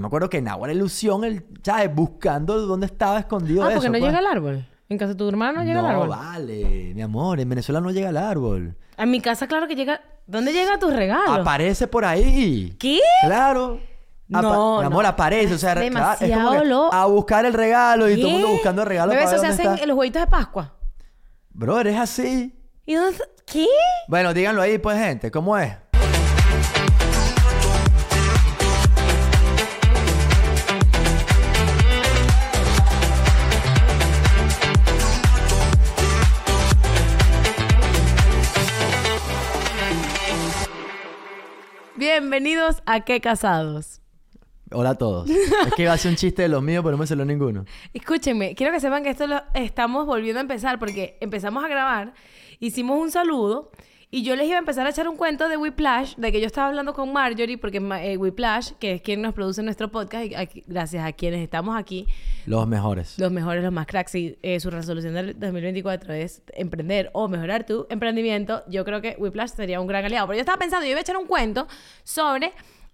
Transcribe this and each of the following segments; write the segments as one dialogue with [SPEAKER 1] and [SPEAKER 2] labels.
[SPEAKER 1] me acuerdo que en Agua la Ilusión, el, ¿sabes? Buscando dónde estaba escondido
[SPEAKER 2] Ah,
[SPEAKER 1] eso.
[SPEAKER 2] porque no
[SPEAKER 1] pues.
[SPEAKER 2] llega el árbol. En casa de tu hermano llega el
[SPEAKER 1] No,
[SPEAKER 2] árbol.
[SPEAKER 1] vale, mi amor, en Venezuela no llega el árbol.
[SPEAKER 2] En mi casa, claro que llega. ¿Dónde llega tus regalos?
[SPEAKER 1] Aparece por ahí.
[SPEAKER 2] ¿Qué?
[SPEAKER 1] Claro. Apa-
[SPEAKER 2] No,
[SPEAKER 1] Mi amor,
[SPEAKER 2] no.
[SPEAKER 1] aparece. O sea, claro, es como
[SPEAKER 2] Demasiado
[SPEAKER 1] que
[SPEAKER 2] lo-
[SPEAKER 1] a buscar el regalo y todo el mundo
[SPEAKER 2] ¿Qué?
[SPEAKER 1] buscando el regalo.
[SPEAKER 2] Bebé,
[SPEAKER 1] para
[SPEAKER 2] eso se
[SPEAKER 1] ver dónde
[SPEAKER 2] hacen
[SPEAKER 1] está.
[SPEAKER 2] en los huevitos de Pascua.
[SPEAKER 1] Bro, eres así.
[SPEAKER 2] ¿Y dónde está- ¿Qué?
[SPEAKER 1] Bueno, díganlo ahí, pues, gente, ¿cómo es?
[SPEAKER 2] Bienvenidos a Qué Casados.
[SPEAKER 1] Hola a todos. Es que iba a hacer un chiste de los míos, pero no me salió ninguno.
[SPEAKER 2] Escúchenme, quiero que sepan que esto lo estamos volviendo a empezar porque empezamos a grabar, hicimos un saludo y yo les iba a empezar a echar un cuento de Whiplash, de que yo estaba hablando con Marjorie, porque Ma- eh, Whiplash, que es quien nos produce nuestro podcast, y aquí- gracias a quienes estamos aquí,
[SPEAKER 1] Los mejores.
[SPEAKER 2] los mejores, los más cracks, y eh, su resolución del 2024 es emprender o mejorar tu emprendimiento, yo creo que Whiplash sería un gran aliado. Pero yo estaba pensando, yo iba a echar un cuento sobre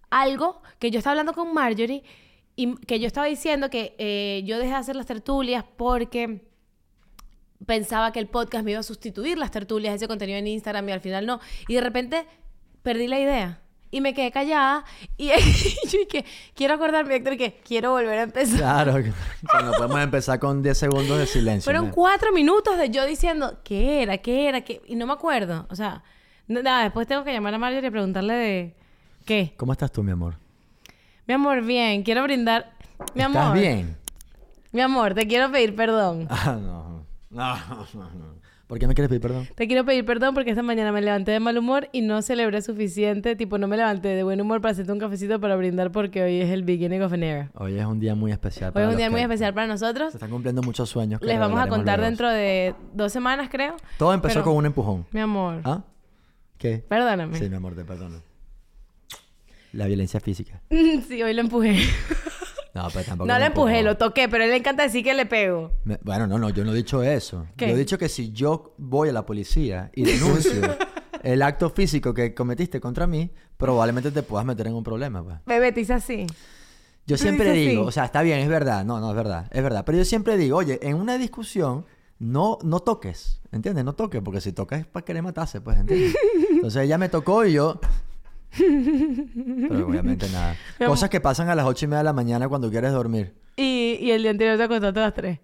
[SPEAKER 2] algo que yo estaba hablando con Marjorie y que yo estaba diciendo que eh, yo dejé de hacer las tertulias porque pensaba que el podcast me iba a sustituir las tertulias, ese contenido en Instagram y al final no. Y de repente perdí la idea. Y me quedé callada y yo dije, quiero acordarme, Héctor, que quiero volver a empezar.
[SPEAKER 1] Claro. Bueno, podemos empezar con 10 segundos de silencio.
[SPEAKER 2] Fueron
[SPEAKER 1] ¿no?
[SPEAKER 2] cuatro minutos de yo diciendo, ¿qué era? ¿Qué era? ¿Qué? Y no me acuerdo. O sea, n- nada, después tengo que llamar a Marjorie y preguntarle de, ¿qué?
[SPEAKER 1] ¿Cómo estás tú, mi amor?
[SPEAKER 2] Mi amor, bien, quiero brindar. Mi amor.
[SPEAKER 1] ¿Estás bien?
[SPEAKER 2] Mi amor, te quiero pedir perdón.
[SPEAKER 1] Ah, no. No, no, no. ¿Por qué me quieres pedir perdón?
[SPEAKER 2] Te quiero pedir perdón porque esta mañana me levanté de mal humor y no celebré suficiente. Tipo, no me levanté de buen humor para hacerte un cafecito para brindar porque hoy es el beginning of an era.
[SPEAKER 1] Hoy es un día muy especial.
[SPEAKER 2] Hoy
[SPEAKER 1] para
[SPEAKER 2] es un
[SPEAKER 1] los
[SPEAKER 2] día muy
[SPEAKER 1] que
[SPEAKER 2] especial para nosotros.
[SPEAKER 1] Se están cumpliendo muchos sueños. que
[SPEAKER 2] Les vamos a
[SPEAKER 1] revelaremos
[SPEAKER 2] contar
[SPEAKER 1] luego.
[SPEAKER 2] dentro de dos semanas, creo.
[SPEAKER 1] Todo empezó
[SPEAKER 2] Pero,
[SPEAKER 1] con un empujón.
[SPEAKER 2] Mi amor,
[SPEAKER 1] ¿Ah? ¿Qué?
[SPEAKER 2] perdóname.
[SPEAKER 1] Sí, mi amor, te perdono. La violencia física.
[SPEAKER 2] Sí, hoy lo empujé.
[SPEAKER 1] No, pero tampoco.
[SPEAKER 2] No
[SPEAKER 1] me
[SPEAKER 2] lo empujé,
[SPEAKER 1] empujó.
[SPEAKER 2] lo toqué, pero a él le encanta decir que le pego.
[SPEAKER 1] Me- bueno, no, no, yo no he dicho eso.
[SPEAKER 2] ¿Qué?
[SPEAKER 1] Yo he dicho que si yo voy a la policía y denuncio el acto físico que cometiste contra mí, probablemente te puedas meter en un problema, pues.
[SPEAKER 2] Bebé, te hice así.
[SPEAKER 1] Yo
[SPEAKER 2] Tú
[SPEAKER 1] siempre
[SPEAKER 2] dices
[SPEAKER 1] digo,
[SPEAKER 2] sí.
[SPEAKER 1] o sea, está bien, es verdad, no, no, es verdad, es verdad. Pero yo siempre digo, oye, en una discusión no, no toques, ¿entiendes? No toques, porque si tocas es para querer matarse, pues, ¿entiendes? Entonces ella me tocó y yo... Pero obviamente nada.
[SPEAKER 2] Mi amor.
[SPEAKER 1] Cosas que pasan a las ocho y media de la mañana cuando quieres dormir.
[SPEAKER 2] Y, y el día anterior te acostaste a las tres.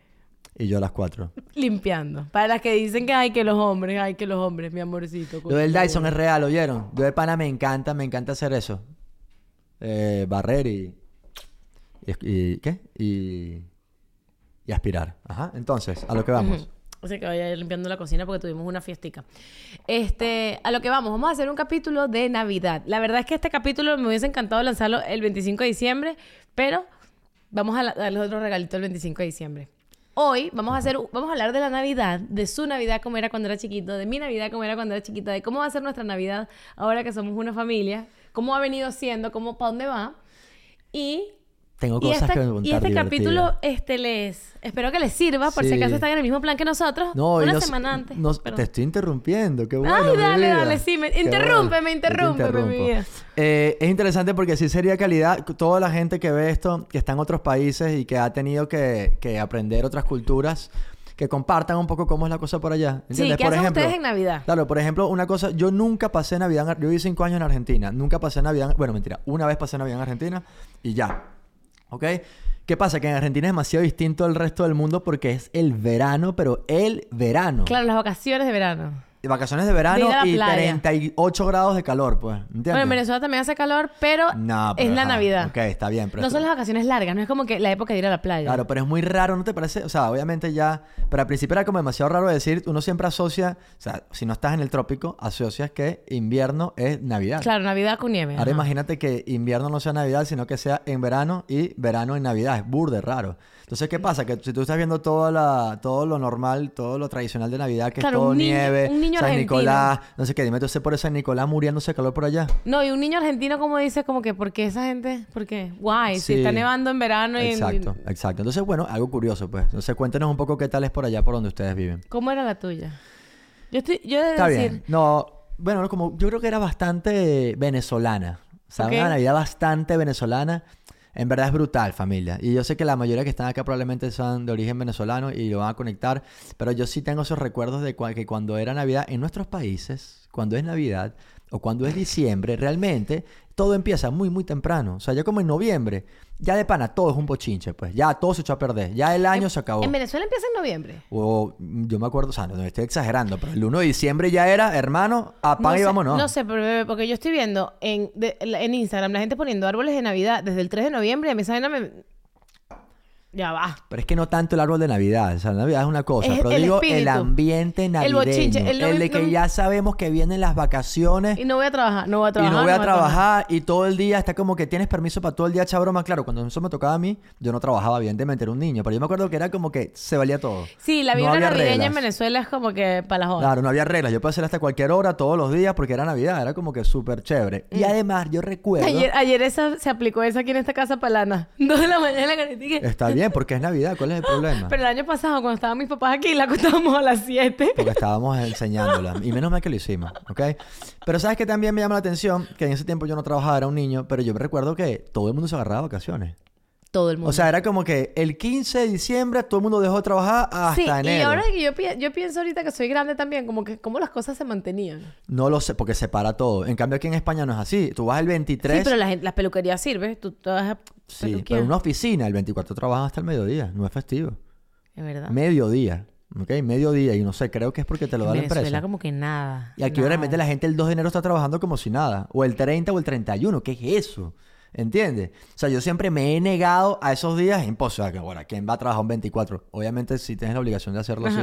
[SPEAKER 1] Y yo a las cuatro.
[SPEAKER 2] Limpiando. Para las que dicen que hay que los hombres, hay que los hombres, mi amorcito.
[SPEAKER 1] Lo del Dyson es real, ¿oyeron? Yo de pana me encanta, me encanta hacer eso. Eh, barrer y, y... y- ¿Qué? Y... Y aspirar. Ajá. Entonces, a lo que vamos.
[SPEAKER 2] O sea que vaya limpiando la cocina porque tuvimos una fiestica. Este, a lo que vamos, vamos a hacer un capítulo de Navidad. La verdad es que este capítulo me hubiese encantado lanzarlo el 25 de diciembre, pero vamos a la- darles otro regalito el 25 de diciembre. Hoy vamos a hacer, vamos a hablar de la Navidad, de su Navidad como era cuando era chiquito, de mi Navidad como era cuando era chiquita, de cómo va a ser nuestra Navidad ahora que somos una familia, cómo ha venido siendo, cómo para dónde va. Y
[SPEAKER 1] Tengo
[SPEAKER 2] y
[SPEAKER 1] cosas
[SPEAKER 2] esta-
[SPEAKER 1] que contar
[SPEAKER 2] y este
[SPEAKER 1] divertidas.
[SPEAKER 2] capítulo este les espero que les sirva por si
[SPEAKER 1] Sí.
[SPEAKER 2] acaso están en el mismo plan que nosotros
[SPEAKER 1] No, y
[SPEAKER 2] una
[SPEAKER 1] no-
[SPEAKER 2] semana antes
[SPEAKER 1] no-
[SPEAKER 2] Perdón.
[SPEAKER 1] te estoy interrumpiendo, qué bueno.
[SPEAKER 2] Ay,
[SPEAKER 1] mi
[SPEAKER 2] dale,
[SPEAKER 1] vida.
[SPEAKER 2] dale, sí, me-
[SPEAKER 1] Qué
[SPEAKER 2] interrúmpeme,
[SPEAKER 1] bueno. Yo te
[SPEAKER 2] interrúmpeme, mi
[SPEAKER 1] interrumpo.
[SPEAKER 2] vida.
[SPEAKER 1] Eh, es interesante porque sí sería calidad. Toda la gente que ve esto, que está en otros países y que ha tenido que, que aprender otras culturas, que compartan un poco cómo es la cosa por allá.
[SPEAKER 2] sí
[SPEAKER 1] ¿Entiendes?
[SPEAKER 2] qué
[SPEAKER 1] por
[SPEAKER 2] hacen
[SPEAKER 1] ejemplo,
[SPEAKER 2] ustedes en Navidad
[SPEAKER 1] Claro, por ejemplo, una cosa, yo nunca pasé Navidad, en Ar- yo viví cinco años en Argentina, nunca pasé Navidad, en- bueno, mentira, una vez pasé Navidad en Argentina y ya, ¿ok? ¿Qué pasa? Que en Argentina es demasiado distinto al resto del mundo porque es el verano, pero el verano.
[SPEAKER 2] claro las vacaciones de verano
[SPEAKER 1] Y Vacaciones de
[SPEAKER 2] De ir a
[SPEAKER 1] verano
[SPEAKER 2] la
[SPEAKER 1] y
[SPEAKER 2] playa.
[SPEAKER 1] 38 grados de calor, pues, ¿entiendes?
[SPEAKER 2] bueno en Venezuela también hace calor pero,
[SPEAKER 1] No, pero
[SPEAKER 2] es la
[SPEAKER 1] ajá,
[SPEAKER 2] Navidad
[SPEAKER 1] Ok, está bien, pero...
[SPEAKER 2] no
[SPEAKER 1] esto-
[SPEAKER 2] son las vacaciones largas no es como que la época de ir a la playa
[SPEAKER 1] Claro, pues, pero es muy raro, ¿no te parece? O sea, obviamente ya, pero al principio era como demasiado raro decir, uno siempre asocia, o sea, si no estás en el trópico, asocias que invierno es Navidad.
[SPEAKER 2] Claro, Navidad con nieve
[SPEAKER 1] Ahora
[SPEAKER 2] ajá.
[SPEAKER 1] imagínate que invierno no sea Navidad, sino que sea en verano y verano en Navidad. Es burde raro. Entonces, ¿qué pasa? Que si tú estás viendo toda la, todo lo normal, todo lo tradicional de Navidad, que
[SPEAKER 2] Claro,
[SPEAKER 1] es todo
[SPEAKER 2] un niño-
[SPEAKER 1] nieve,
[SPEAKER 2] un niño
[SPEAKER 1] San
[SPEAKER 2] argentino.
[SPEAKER 1] Nicolás, no sé qué, dime entonces por eso San Nicolás muriéndose de calor por allá.
[SPEAKER 2] no y un niño argentino como dice como que ¿por qué esa gente? ¿por qué? guay si
[SPEAKER 1] Sí.
[SPEAKER 2] está nevando en verano y en-
[SPEAKER 1] Exacto, exacto. Entonces, bueno, algo curioso, pues. Entonces, cuéntenos un poco qué tal es por allá, por donde ustedes viven.
[SPEAKER 2] ¿cómo era la tuya? yo estoy yo he de
[SPEAKER 1] Está
[SPEAKER 2] decir
[SPEAKER 1] bien. No, bueno, no, como yo creo que era bastante venezolana. O sea,
[SPEAKER 2] Ok.
[SPEAKER 1] una Navidad bastante venezolana. En verdad es brutal, familia. Y yo sé que la mayoría que están acá probablemente son de origen venezolano y lo van a conectar, pero yo sí tengo esos recuerdos de cua- que cuando era Navidad en nuestros países, cuando es Navidad o cuando es diciembre, realmente todo empieza muy, muy temprano. O sea, ya como en noviembre, ya de pana todo es un bochinche, pues ya todo se echó a perder, ya el año se acabó.
[SPEAKER 2] En Venezuela empieza en noviembre.
[SPEAKER 1] O mm, yo me acuerdo, o sea, no, no estoy exagerando, pero el 1 de diciembre ya era, hermano, apaga
[SPEAKER 2] no
[SPEAKER 1] y
[SPEAKER 2] sé,
[SPEAKER 1] vámonos.
[SPEAKER 2] No sé, pero, bebé, porque yo estoy viendo en, de- la- en Instagram la gente poniendo árboles de Navidad desde el 3 de noviembre y a mí esa vaina me... Ya va.
[SPEAKER 1] Pero es que no tanto el árbol de Navidad. O sea, Navidad es una cosa.
[SPEAKER 2] Es
[SPEAKER 1] pero
[SPEAKER 2] el
[SPEAKER 1] digo el
[SPEAKER 2] espíritu.
[SPEAKER 1] ambiente navideño. El,
[SPEAKER 2] bochinche, el no-
[SPEAKER 1] de que
[SPEAKER 2] no-
[SPEAKER 1] ya sabemos que vienen las vacaciones
[SPEAKER 2] Y no voy a trabajar, no voy a
[SPEAKER 1] y
[SPEAKER 2] trabajar.
[SPEAKER 1] no voy a trabajar y todo el día está como que tienes permiso para todo el día echar broma. Claro, cuando eso me tocaba a mí, yo no trabajaba, evidentemente, era un niño. Pero yo me acuerdo que era como que se valía todo.
[SPEAKER 2] Sí, la
[SPEAKER 1] No
[SPEAKER 2] vibra
[SPEAKER 1] había
[SPEAKER 2] navideña en
[SPEAKER 1] reglas.
[SPEAKER 2] Venezuela es como que para la joda.
[SPEAKER 1] Claro, no había reglas. Yo podía hacer hasta cualquier hora, todos los días, porque era Navidad. Era como que súper chévere.
[SPEAKER 2] Mm.
[SPEAKER 1] Y además, yo recuerdo...
[SPEAKER 2] Ayer, ayer esa, se aplicó esa aquí en esta casa palana. Dos de la mañana en la caretica.
[SPEAKER 1] Está bien, porque es Navidad. ¿Cuál es el problema?
[SPEAKER 2] Pero el año pasado, cuando estaban mis papás aquí, la acostábamos a las 7.
[SPEAKER 1] Porque estábamos enseñándola. Y menos mal que lo hicimos, ¿ok? Pero sabes que también me llama la atención que en ese tiempo yo no trabajaba, era un niño, pero yo me recuerdo que todo el mundo se agarraba vacaciones.
[SPEAKER 2] Todo el mundo.
[SPEAKER 1] O sea, era como que el 15 de diciembre todo el mundo dejó de trabajar hasta
[SPEAKER 2] sí,
[SPEAKER 1] enero.
[SPEAKER 2] y ahora que yo, pi- yo pienso ahorita que soy grande también, como que cómo las cosas se mantenían.
[SPEAKER 1] No lo sé, porque se para todo. En cambio, aquí en España no es así. Tú vas el 23.
[SPEAKER 2] Sí, pero la gente- las peluquerías sirven. Tú te vas a
[SPEAKER 1] Sí,
[SPEAKER 2] peluquear.
[SPEAKER 1] pero en una oficina, el 24 trabajas hasta el mediodía, no es festivo.
[SPEAKER 2] Es verdad.
[SPEAKER 1] Mediodía, ¿ok? Mediodía, y no sé, creo que es porque te lo da la
[SPEAKER 2] Venezuela
[SPEAKER 1] empresa.
[SPEAKER 2] como que nada.
[SPEAKER 1] Y aquí
[SPEAKER 2] nada.
[SPEAKER 1] obviamente la gente el 2 de enero está trabajando como si nada. O el 30 o el 31. ¿Qué es eso? ¿Entiendes? O sea, yo siempre me he negado a esos días. Imposible. Que, bueno, ¿quién va a trabajar un 24? Obviamente si tienes la obligación de hacerlo así.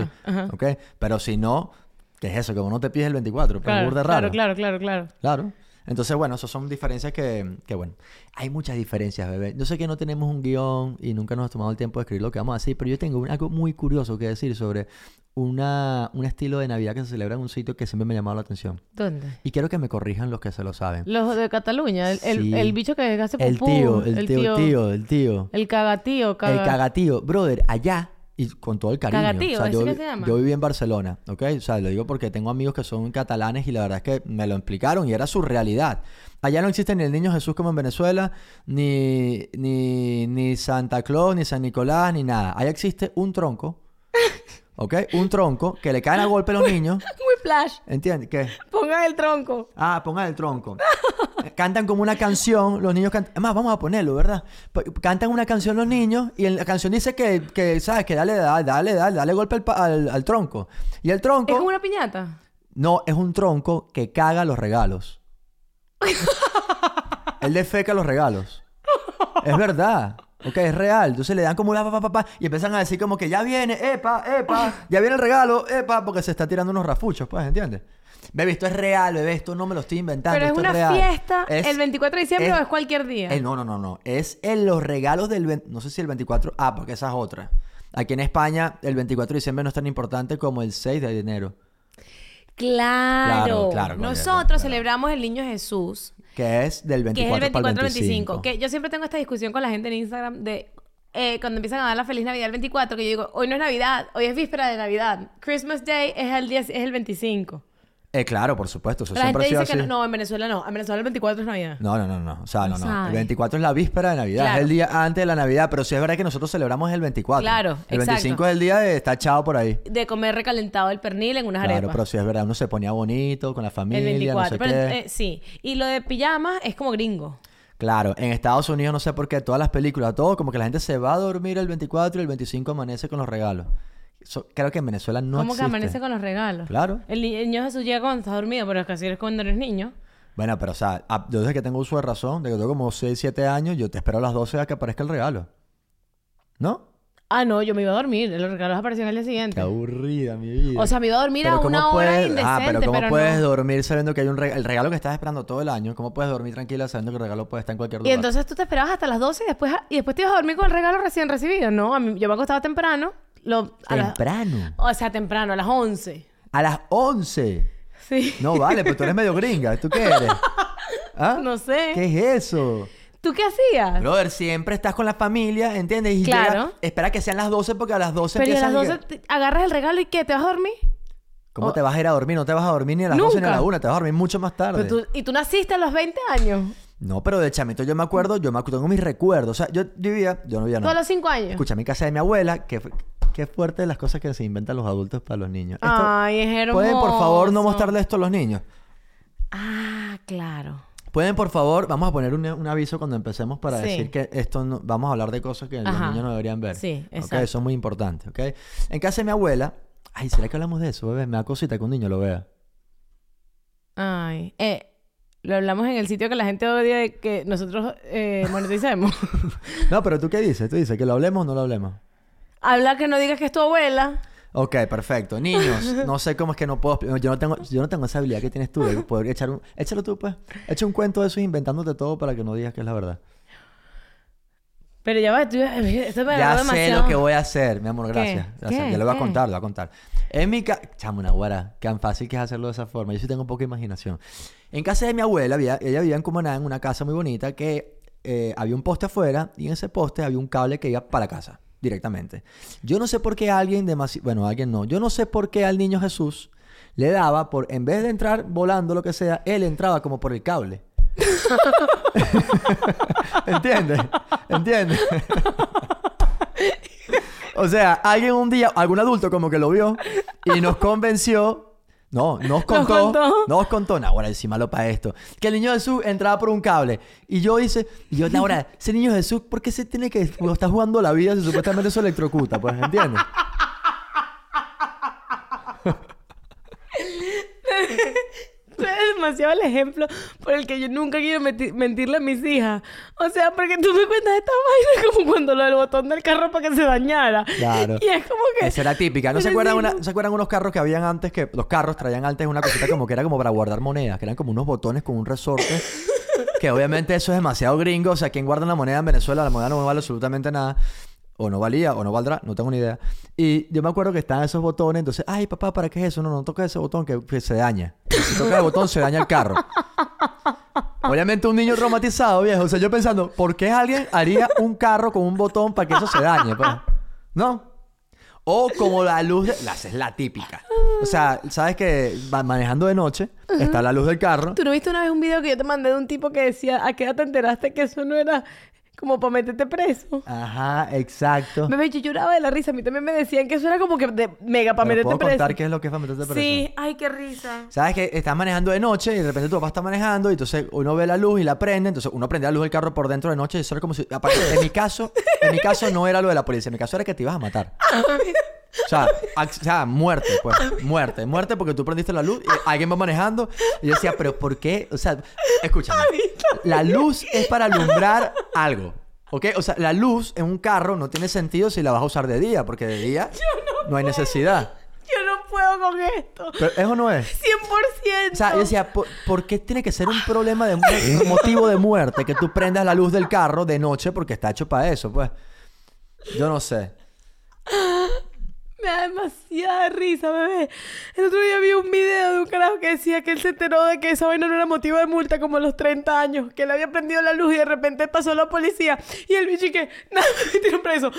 [SPEAKER 1] ¿Ok? Pero si no, ¿qué es eso? Que uno te pides el 24. Pero es
[SPEAKER 2] Claro,
[SPEAKER 1] burda
[SPEAKER 2] claro,
[SPEAKER 1] raro.
[SPEAKER 2] claro, claro, claro.
[SPEAKER 1] Claro. Entonces, bueno, esas son diferencias que, que, bueno, hay muchas diferencias, bebé. Yo sé que no tenemos un guión y nunca nos hemos tomado el tiempo de escribir lo que vamos a decir, pero yo tengo un- algo muy curioso que decir sobre una, un estilo de Navidad que se celebra en un sitio que siempre me ha llamado la atención.
[SPEAKER 2] ¿Dónde?
[SPEAKER 1] Y quiero que me corrijan los que se lo saben.
[SPEAKER 2] Los de Cataluña. El, el-
[SPEAKER 1] Sí.
[SPEAKER 2] el bicho que hace
[SPEAKER 1] El
[SPEAKER 2] pupú.
[SPEAKER 1] tío, el, tío, tío, el tío.
[SPEAKER 2] El cagatío.
[SPEAKER 1] El
[SPEAKER 2] caga-
[SPEAKER 1] cagatío. Brother, allá, y con todo el cariño.
[SPEAKER 2] Cagatío,
[SPEAKER 1] o sea,
[SPEAKER 2] ¿así
[SPEAKER 1] yo,
[SPEAKER 2] que
[SPEAKER 1] vi-
[SPEAKER 2] se llama?
[SPEAKER 1] yo viví en Barcelona, ¿ok? O sea, lo digo porque tengo amigos que son catalanes y la verdad es que me lo explicaron y era su realidad. Allá no existe ni el niño Jesús como en Venezuela, ni, ni, ni Santa Claus, ni San Nicolás, ni nada. Allá existe un tronco, ¿ok? Un tronco que le caen a golpe a los niños.
[SPEAKER 2] Muy flash.
[SPEAKER 1] ¿Entiendes? ¿Qué?
[SPEAKER 2] Pongan el tronco.
[SPEAKER 1] Ah, pongan el tronco. Eh, Cantan como una canción, los niños cantan. Además, vamos a ponerlo, ¿verdad? P- Cantan una canción los niños y en la canción dice que, que ¿sabes? Que dale, dale, dale, dale, dale golpe al, pa- al- al tronco. Y el tronco.
[SPEAKER 2] Es como una piñata.
[SPEAKER 1] No, es un tronco que caga los regalos. Él defeca los regalos. Es verdad. Ok, es real. Entonces le dan como la pa, pa, pa, pa, y empiezan a decir como que ya viene, epa, epa, ya viene el regalo, epa, porque se está tirando unos rafuchos, pues, ¿entiendes? Bebé, esto es real, bebé, esto no me lo estoy inventando.
[SPEAKER 2] Pero es
[SPEAKER 1] esto
[SPEAKER 2] una
[SPEAKER 1] real.
[SPEAKER 2] fiesta
[SPEAKER 1] Es-
[SPEAKER 2] el 24 de diciembre
[SPEAKER 1] es-
[SPEAKER 2] o es cualquier día.
[SPEAKER 1] eh, no, no, no, no. Es en los regalos del... vein- No sé si el 24... Ah, porque esa es otra. Aquí en España, el 24 de diciembre no es tan importante como el 6 de enero. Claro,
[SPEAKER 2] Claro.
[SPEAKER 1] claro, coño,
[SPEAKER 2] Nosotros
[SPEAKER 1] claro.
[SPEAKER 2] celebramos el niño Jesús,
[SPEAKER 1] Que es del 24
[SPEAKER 2] que es el 24
[SPEAKER 1] pa'l
[SPEAKER 2] al 25.
[SPEAKER 1] 25.
[SPEAKER 2] Que yo siempre tengo esta discusión con la gente en Instagram de eh, cuando empiezan a dar la feliz Navidad el 24, que yo digo, hoy no es Navidad, hoy es víspera de Navidad. Christmas Day es el, día, es el 25.
[SPEAKER 1] Eh, claro, por supuesto. Eso
[SPEAKER 2] La gente
[SPEAKER 1] siempre ha sido
[SPEAKER 2] dice
[SPEAKER 1] así.
[SPEAKER 2] que no, no, en Venezuela no. En Venezuela el 24 es Navidad.
[SPEAKER 1] No, no, no, no. O sea, no,
[SPEAKER 2] No
[SPEAKER 1] no. El
[SPEAKER 2] sabe.
[SPEAKER 1] 24 es la víspera de Navidad.
[SPEAKER 2] Claro.
[SPEAKER 1] Es el día antes de la Navidad. Pero sí es verdad que nosotros celebramos el 24.
[SPEAKER 2] Claro,
[SPEAKER 1] El
[SPEAKER 2] exacto.
[SPEAKER 1] 25 es el día de estar chao por ahí.
[SPEAKER 2] De comer recalentado el pernil en unas
[SPEAKER 1] Claro,
[SPEAKER 2] arepas.
[SPEAKER 1] pero sí es verdad. Uno se ponía bonito con la familia,
[SPEAKER 2] el 24.
[SPEAKER 1] no sé
[SPEAKER 2] pero,
[SPEAKER 1] qué.
[SPEAKER 2] eh, sí. Y lo de pijamas es como gringo.
[SPEAKER 1] Claro, en Estados Unidos no sé por qué todas las películas, todo como que la gente se va a dormir el 24 y el 25 amanece con los regalos. Eso- creo que en Venezuela no
[SPEAKER 2] ¿Cómo
[SPEAKER 1] existe.
[SPEAKER 2] que amanece con los regalos?
[SPEAKER 1] Claro.
[SPEAKER 2] El ni- el niño Jesús llega cuando está dormido, pero es que así eres cuando eres niño.
[SPEAKER 1] Bueno, pero o sea, a- yo desde que tengo uso de razón, de que tengo como 6, 7 años, yo te espero a las 12 a que aparezca el regalo. ¿No?
[SPEAKER 2] Ah, no, yo me iba a dormir. Los regalos aparecieron al día
[SPEAKER 1] Qué
[SPEAKER 2] siguiente.
[SPEAKER 1] aburrida mi vida.
[SPEAKER 2] O sea, me iba a dormir
[SPEAKER 1] Pero
[SPEAKER 2] a
[SPEAKER 1] ¿cómo
[SPEAKER 2] una hora
[SPEAKER 1] puedes-
[SPEAKER 2] indecente,
[SPEAKER 1] Ah, pero ¿cómo
[SPEAKER 2] pero
[SPEAKER 1] puedes
[SPEAKER 2] no.
[SPEAKER 1] dormir sabiendo que hay un regalo? El regalo que estás esperando todo el año, ¿cómo puedes dormir tranquila sabiendo que el regalo puede estar en cualquier
[SPEAKER 2] Y
[SPEAKER 1] lugar?
[SPEAKER 2] entonces tú te esperabas hasta las 12 y después, ah, y después te ibas a dormir con el regalo recién recibido. No, a mí- yo me acostaba temprano. Lo, a las-
[SPEAKER 1] Temprano.
[SPEAKER 2] o sea, temprano, a las 11.
[SPEAKER 1] A las 11.
[SPEAKER 2] Sí.
[SPEAKER 1] No, vale, pero tú eres medio gringa. ¿Tú qué eres? ¿Ah?
[SPEAKER 2] No sé.
[SPEAKER 1] ¿Qué es eso?
[SPEAKER 2] ¿Tú qué hacías?
[SPEAKER 1] Brother, siempre estás con la familia, ¿entiendes? Y
[SPEAKER 2] Claro.
[SPEAKER 1] llega- espera que sean las 12 porque a las 12
[SPEAKER 2] pero y a las
[SPEAKER 1] empiezan...
[SPEAKER 2] 12 te- agarras el regalo y ¿qué? ¿Te vas a dormir?
[SPEAKER 1] ¿Cómo te vas a ir a dormir? No te vas a dormir ni a las 12 ni a
[SPEAKER 2] Oh. Nunca.
[SPEAKER 1] las 1. Te vas a dormir mucho más tarde.
[SPEAKER 2] Pero tú- y tú naciste a los 20 años.
[SPEAKER 1] No, pero de chamito yo me acuerdo, yo me acu- tengo mis recuerdos. O sea, yo vivía, yo no vivía
[SPEAKER 2] ¿Tú a
[SPEAKER 1] no.
[SPEAKER 2] los cinco años?
[SPEAKER 1] Escucha, mi casa de mi abuela, que qué fuerte las cosas que se inventan los adultos para los niños. Esto-
[SPEAKER 2] Ay, es Ah, hermoso.
[SPEAKER 1] ¿Pueden por favor no mostrarle esto a los niños?
[SPEAKER 2] Ah, claro.
[SPEAKER 1] Pueden por favor, vamos a poner un, un aviso cuando empecemos para
[SPEAKER 2] Sí.
[SPEAKER 1] decir que esto no- vamos a hablar de cosas que
[SPEAKER 2] Ajá.
[SPEAKER 1] los niños no deberían ver.
[SPEAKER 2] Sí,
[SPEAKER 1] ¿ok?
[SPEAKER 2] exacto.
[SPEAKER 1] Eso es muy importante, ¿ok? En casa de mi abuela, ay, ¿será que hablamos de eso, bebé? Me da cosita que un niño lo vea.
[SPEAKER 2] Ay, eh, lo hablamos en el sitio que la gente odia de que nosotros eh, moneticemos.
[SPEAKER 1] No, pero tú qué dices? Tú dices que lo hablemos o no lo hablemos.
[SPEAKER 2] Habla que no digas que es tu abuela.
[SPEAKER 1] Ok, perfecto. Niños, no sé cómo es que no puedo. expli- Yo no tengo, yo no tengo esa habilidad que tienes tú de poder echar un. Échalo tú, pues. Echa un cuento de eso inventándote todo para que no digas que es la verdad.
[SPEAKER 2] Pero ya va, tú, esto me
[SPEAKER 1] Ya sé
[SPEAKER 2] agarró demasiado.
[SPEAKER 1] lo que voy a hacer, mi amor,
[SPEAKER 2] ¿Qué?
[SPEAKER 1] gracias. Gracias.
[SPEAKER 2] ¿Qué?
[SPEAKER 1] Ya lo voy a
[SPEAKER 2] ¿Qué?
[SPEAKER 1] contar, lo voy a contar. En mi casa. Chamo, una guara, tan fácil que es hacerlo de esa forma. Yo sí tengo poca imaginación. En casa de mi abuela, había- ella vivía en Comaná, en una casa muy bonita, que eh, había un poste afuera y en ese poste había un cable que iba para la casa, directamente. Yo no sé por qué alguien demasiado. Bueno, alguien no. Yo no sé por qué al niño Jesús le daba por. En vez de entrar volando, lo que sea, él entraba como por el cable. ¿Entiendes? ¿Entiendes? O sea, alguien un día, algún adulto como que lo vio y nos convenció. No, nos contó.
[SPEAKER 2] contó.
[SPEAKER 1] Nos contó. No, ahora encima lo para esto. Que el niño Jesús entraba por un cable. Y yo hice. Y yo, ahora, ese niño Jesús, ¿por qué se tiene que. cuando está jugando la vida si supuestamente eso electrocuta? Pues, ¿entiendes?
[SPEAKER 2] Tú eres demasiado el ejemplo por el que yo nunca quiero meti- mentirle a mis hijas. O sea, porque tú me cuentas esta vaina como cuando lo del botón del carro para que se dañara.
[SPEAKER 1] Claro.
[SPEAKER 2] Y es como que...
[SPEAKER 1] Esa era típica. ¿No se
[SPEAKER 2] Pero
[SPEAKER 1] acuerdan,
[SPEAKER 2] sí,
[SPEAKER 1] una-
[SPEAKER 2] no.
[SPEAKER 1] ¿se acuerdan unos carros que habían antes que los carros traían antes una cosita como que era como para guardar monedas, que eran como unos botones con un resorte? que obviamente eso es demasiado gringo. O sea, ¿quién guarda la moneda en Venezuela? La moneda no vale absolutamente nada. O no valía, o no valdrá, no tengo ni idea. Y yo me acuerdo que estaban esos botones, entonces, ay papá, ¿para qué es eso? No, no toques ese botón que, que se daña. Si tocas el botón, se daña el carro. Obviamente un niño traumatizado, viejo. O sea, yo pensando, ¿por qué alguien haría un carro con un botón para que eso se dañe? pues? ¿No? O como la luz... De... La, esa es la típica. O sea, sabes que va manejando de noche, está la luz del carro.
[SPEAKER 2] ¿Tú no viste una vez un video que yo te mandé de un tipo que decía, ¿a qué edad te enteraste que eso no era como para meterte preso?
[SPEAKER 1] Ajá, exacto.
[SPEAKER 2] Bebé, yo lloraba de la risa. A mí también me decían que eso era como que de mega
[SPEAKER 1] Pero
[SPEAKER 2] para meterte
[SPEAKER 1] ¿Puedo
[SPEAKER 2] preso.
[SPEAKER 1] contar qué es lo que es para meterte preso?
[SPEAKER 2] Sí, ay, qué risa.
[SPEAKER 1] Sabes que estás manejando de noche y de repente tu papá está manejando y entonces uno ve la luz y la prende, entonces uno prende la luz del carro por dentro de noche y eso era como si... Aparte, en mi caso, en mi caso no era lo de la policía, en mi caso era que te ibas a matar. O sea, ac- o sea, muerte, pues, muerte, muerte porque tú prendiste la luz, y alguien va manejando y yo decía, pero ¿por qué? O sea, escúchame, la luz es para alumbrar algo, ¿ok? O sea, la luz en un carro no tiene sentido si la vas a usar de día, porque de día no hay necesidad.
[SPEAKER 2] Yo no puedo con esto.
[SPEAKER 1] Pero eso no es.
[SPEAKER 2] 100%.
[SPEAKER 1] O sea, yo decía, ¿por, por qué tiene que ser un problema de mu- un motivo de muerte que tú prendas la luz del carro de noche porque está hecho para eso? Pues yo no sé.
[SPEAKER 2] Me da demasiada risa, bebé. El otro día vi un video de un carajo que decía que él se enteró de que esa vaina no era motivo de multa como a los 30 años, que le había prendido la luz y de repente pasó la policía y el bicho y que, no, me metieron preso.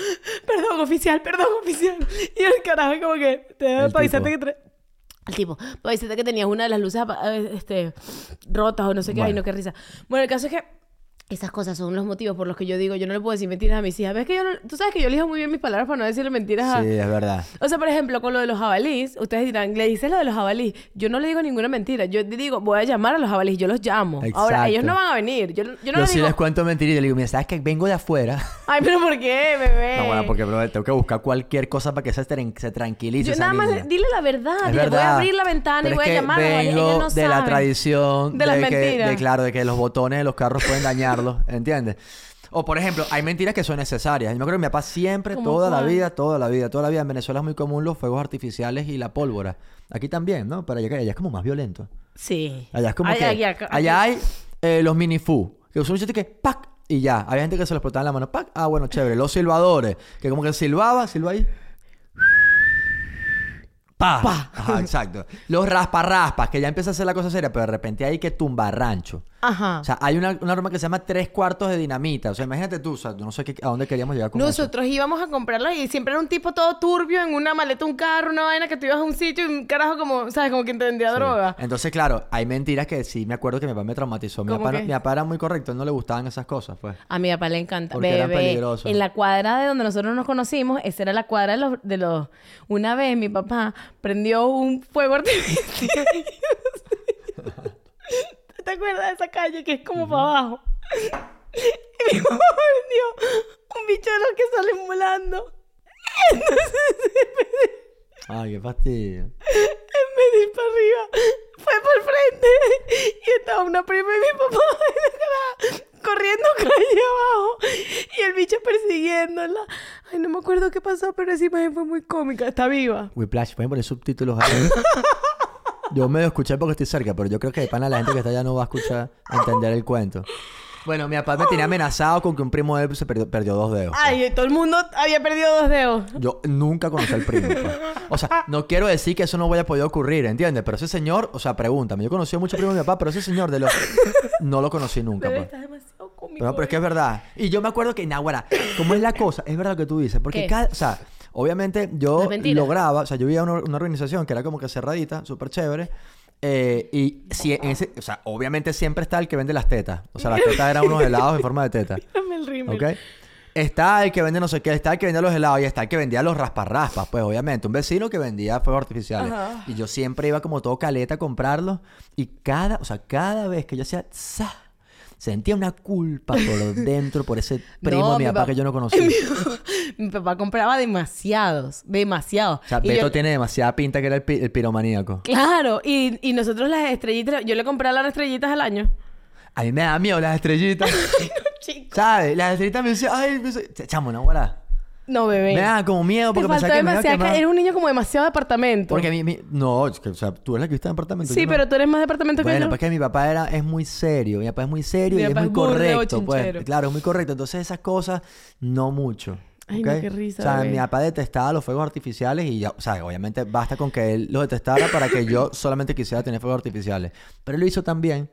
[SPEAKER 2] Perdón, oficial, perdón, oficial. Y el carajo como que, te
[SPEAKER 1] El
[SPEAKER 2] para avisarte que...
[SPEAKER 1] tipo.
[SPEAKER 2] tra- El tipo, para avisarte que tenías una de las luces apa- eh, este, rotas o no sé qué, ay,
[SPEAKER 1] Bueno.
[SPEAKER 2] no, qué risa. Bueno, el caso es que esas cosas son los motivos por los que yo digo, yo no le puedo decir mentiras a mis hijas. ¿Ves que yo no- Tú sabes que yo elijo muy bien mis palabras para no decirle mentiras a...
[SPEAKER 1] Sí, es verdad.
[SPEAKER 2] O sea, por ejemplo, con lo de los jabalís, ustedes dirán, le dices lo de los jabalís. Yo no le digo ninguna mentira. Yo le digo, voy a llamar a los jabalís, yo los llamo.
[SPEAKER 1] Exacto.
[SPEAKER 2] Ahora, ellos no van a venir. Yo, yo no
[SPEAKER 1] yo
[SPEAKER 2] les
[SPEAKER 1] sí
[SPEAKER 2] digo,
[SPEAKER 1] les cuento mentiras y les digo, mira, ¿sabes que vengo de afuera?
[SPEAKER 2] ay, pero ¿por qué, bebé?
[SPEAKER 1] No, bueno, porque bro, tengo que buscar cualquier cosa para que se, tren- se tranquilice.
[SPEAKER 2] Yo
[SPEAKER 1] esa
[SPEAKER 2] nada más,
[SPEAKER 1] niña.
[SPEAKER 2] le- dile la verdad.
[SPEAKER 1] Es
[SPEAKER 2] dile, voy
[SPEAKER 1] verdad.
[SPEAKER 2] a abrir la ventana
[SPEAKER 1] Pero es
[SPEAKER 2] y voy a
[SPEAKER 1] que
[SPEAKER 2] llamar a los jabalís.
[SPEAKER 1] vengo
[SPEAKER 2] Ellos no
[SPEAKER 1] de la
[SPEAKER 2] saben.
[SPEAKER 1] tradición
[SPEAKER 2] De las
[SPEAKER 1] que,
[SPEAKER 2] mentiras.
[SPEAKER 1] de, claro, de que los botones de los carros pueden dañarlos, ¿entiendes? O por ejemplo, hay mentiras que son necesarias. Yo me acuerdo que mi papá siempre,
[SPEAKER 2] ¿Cómo
[SPEAKER 1] toda la
[SPEAKER 2] cuál?
[SPEAKER 1] vida, toda la vida, toda la vida en Venezuela es muy común los fuegos artificiales y la pólvora. Aquí también, ¿no? Pero allá, allá es como más violento.
[SPEAKER 2] Sí.
[SPEAKER 1] Allá es como
[SPEAKER 2] Ay,
[SPEAKER 1] que
[SPEAKER 2] ay, acá-
[SPEAKER 1] allá hay eh, los minifú, que son un chiste que pac y ya. Había gente que se los explotaba en la mano, pac. Ah, bueno, chévere. Los silbadores, que como que silbaba, silba ahí. Pa. Ajá, exacto. Los rasparraspas, que ya empieza a ser la cosa seria, pero de repente hay que tumbar rancho.
[SPEAKER 2] Ajá.
[SPEAKER 1] O sea, hay una, una arma que se llama tres cuartos de dinamita. O sea, imagínate tú, o sea, yo no sé qué- a dónde queríamos llegar con eso.
[SPEAKER 2] Nosotros íbamos a comprarlas y siempre era un tipo todo turbio en una maleta, un carro, una vaina que tú ibas a un sitio y un carajo como, ¿sabes? Como que entendía
[SPEAKER 1] Sí.
[SPEAKER 2] droga.
[SPEAKER 1] Entonces, claro, hay mentiras que sí me acuerdo que mi papá me traumatizó. Mi
[SPEAKER 2] ¿Cómo
[SPEAKER 1] papá, no-
[SPEAKER 2] qué?
[SPEAKER 1] mi papá era muy correcto, a él no le gustaban esas cosas, pues.
[SPEAKER 2] A mi papá le encanta.
[SPEAKER 1] Porque eran
[SPEAKER 2] Bebé,
[SPEAKER 1] peligrosos.
[SPEAKER 2] en la cuadra de donde nosotros nos conocimos, esa era la cuadra de los... De los... Una vez mi papá prendió un fuego artificial. ¿Tú ¿Te acuerdas de esa calle que es como para abajo? Y mi papá prendió un bicho de los que salen volando.
[SPEAKER 1] Ay, qué fastidio.
[SPEAKER 2] en vez de ir para arriba, fue para el frente. Y estaba una prima y mi papá en la grada, corriendo calle abajo. Y el bicho persiguiéndola. Ay, no me acuerdo qué pasó, pero esa imagen fue muy cómica. Está viva.
[SPEAKER 1] Whiplash, pueden poner subtítulos ahí. yo medio escuché porque estoy cerca, pero yo creo que de pana la gente que está allá no va a escuchar, a entender el cuento. Bueno, mi papá me tenía amenazado con que un primo de él se perdió, perdió dos dedos.
[SPEAKER 2] Ay, todo el mundo había perdido dos dedos.
[SPEAKER 1] Yo nunca conocí al primo. pues. O sea, no quiero decir que eso no vaya podido ocurrir, ¿entiendes? Pero ese señor, o sea, pregúntame. Yo conocí a muchos primos de mi papá, pero ese señor de los... No lo conocí nunca,
[SPEAKER 2] Bebé,
[SPEAKER 1] pues.
[SPEAKER 2] está demasiado cómico.
[SPEAKER 1] Pero, pero es que es verdad. Y yo me acuerdo que, Nahuara, ¿cómo es la cosa? Es verdad lo que tú dices. Porque
[SPEAKER 2] ¿Qué?
[SPEAKER 1] cada. O sea, obviamente
[SPEAKER 2] No
[SPEAKER 1] yo
[SPEAKER 2] es mentira.
[SPEAKER 1] lograba. O sea, yo vivía en una, una organización que era como que cerradita, súper chévere. eh, y si en ese, o sea, obviamente siempre está el que vende las tetas. O sea, las tetas eran unos helados en forma de teta.
[SPEAKER 2] eh. Dame el rímel.
[SPEAKER 1] ¿Ok? Está el que vende no sé qué, está el que vendía los helados y está el que vendía los rasparraspas, pues obviamente. Un vecino que vendía fuegos artificiales.
[SPEAKER 2] Ajá.
[SPEAKER 1] Y yo siempre iba como todo caleta a comprarlos. Y cada, o sea, cada vez que yo hacía ¡za! sentía una culpa por dentro, por ese primo de mi papá que yo no conocía.
[SPEAKER 2] Mi papá compraba demasiados, demasiados.
[SPEAKER 1] O sea,
[SPEAKER 2] Y yo-
[SPEAKER 1] Beto tiene demasiada pinta que era el, pi- el piromaníaco.
[SPEAKER 2] Claro, y, y nosotros las estrellitas, yo le compré las estrellitas al año.
[SPEAKER 1] A mí me da miedo las estrellitas.
[SPEAKER 2] Chico.
[SPEAKER 1] ¿Sabes? Las estrellitas me decían, ay, me decían- chamo, no, guarda.
[SPEAKER 2] No, bebé.
[SPEAKER 1] Me da como miedo
[SPEAKER 2] Te
[SPEAKER 1] porque
[SPEAKER 2] faltó
[SPEAKER 1] pensaba que me iba a
[SPEAKER 2] demasiado.
[SPEAKER 1] quemar.
[SPEAKER 2] Eres un niño como demasiado de apartamento.
[SPEAKER 1] Porque mi, mi- no, es que, o sea, tú eres la que viste en el apartamento.
[SPEAKER 2] sí,
[SPEAKER 1] yo no.
[SPEAKER 2] pero tú eres más de apartamento que
[SPEAKER 1] Bueno,
[SPEAKER 2] yo.
[SPEAKER 1] pues que mi papá era, es muy serio, mi papá es muy serio
[SPEAKER 2] Mi
[SPEAKER 1] y es
[SPEAKER 2] papá
[SPEAKER 1] muy
[SPEAKER 2] es burdo,
[SPEAKER 1] correcto,
[SPEAKER 2] bochinchero.
[SPEAKER 1] pues. Claro, es muy correcto. Entonces esas cosas, no mucho.
[SPEAKER 2] Ay, no,
[SPEAKER 1] ¿ok?
[SPEAKER 2] qué
[SPEAKER 1] O
[SPEAKER 2] risa,
[SPEAKER 1] sea,
[SPEAKER 2] bebé.
[SPEAKER 1] mi papá detestaba los fuegos artificiales y ya, o sea, obviamente basta con que él los detestara para que yo solamente quisiera tener fuegos artificiales. Pero él lo hizo también,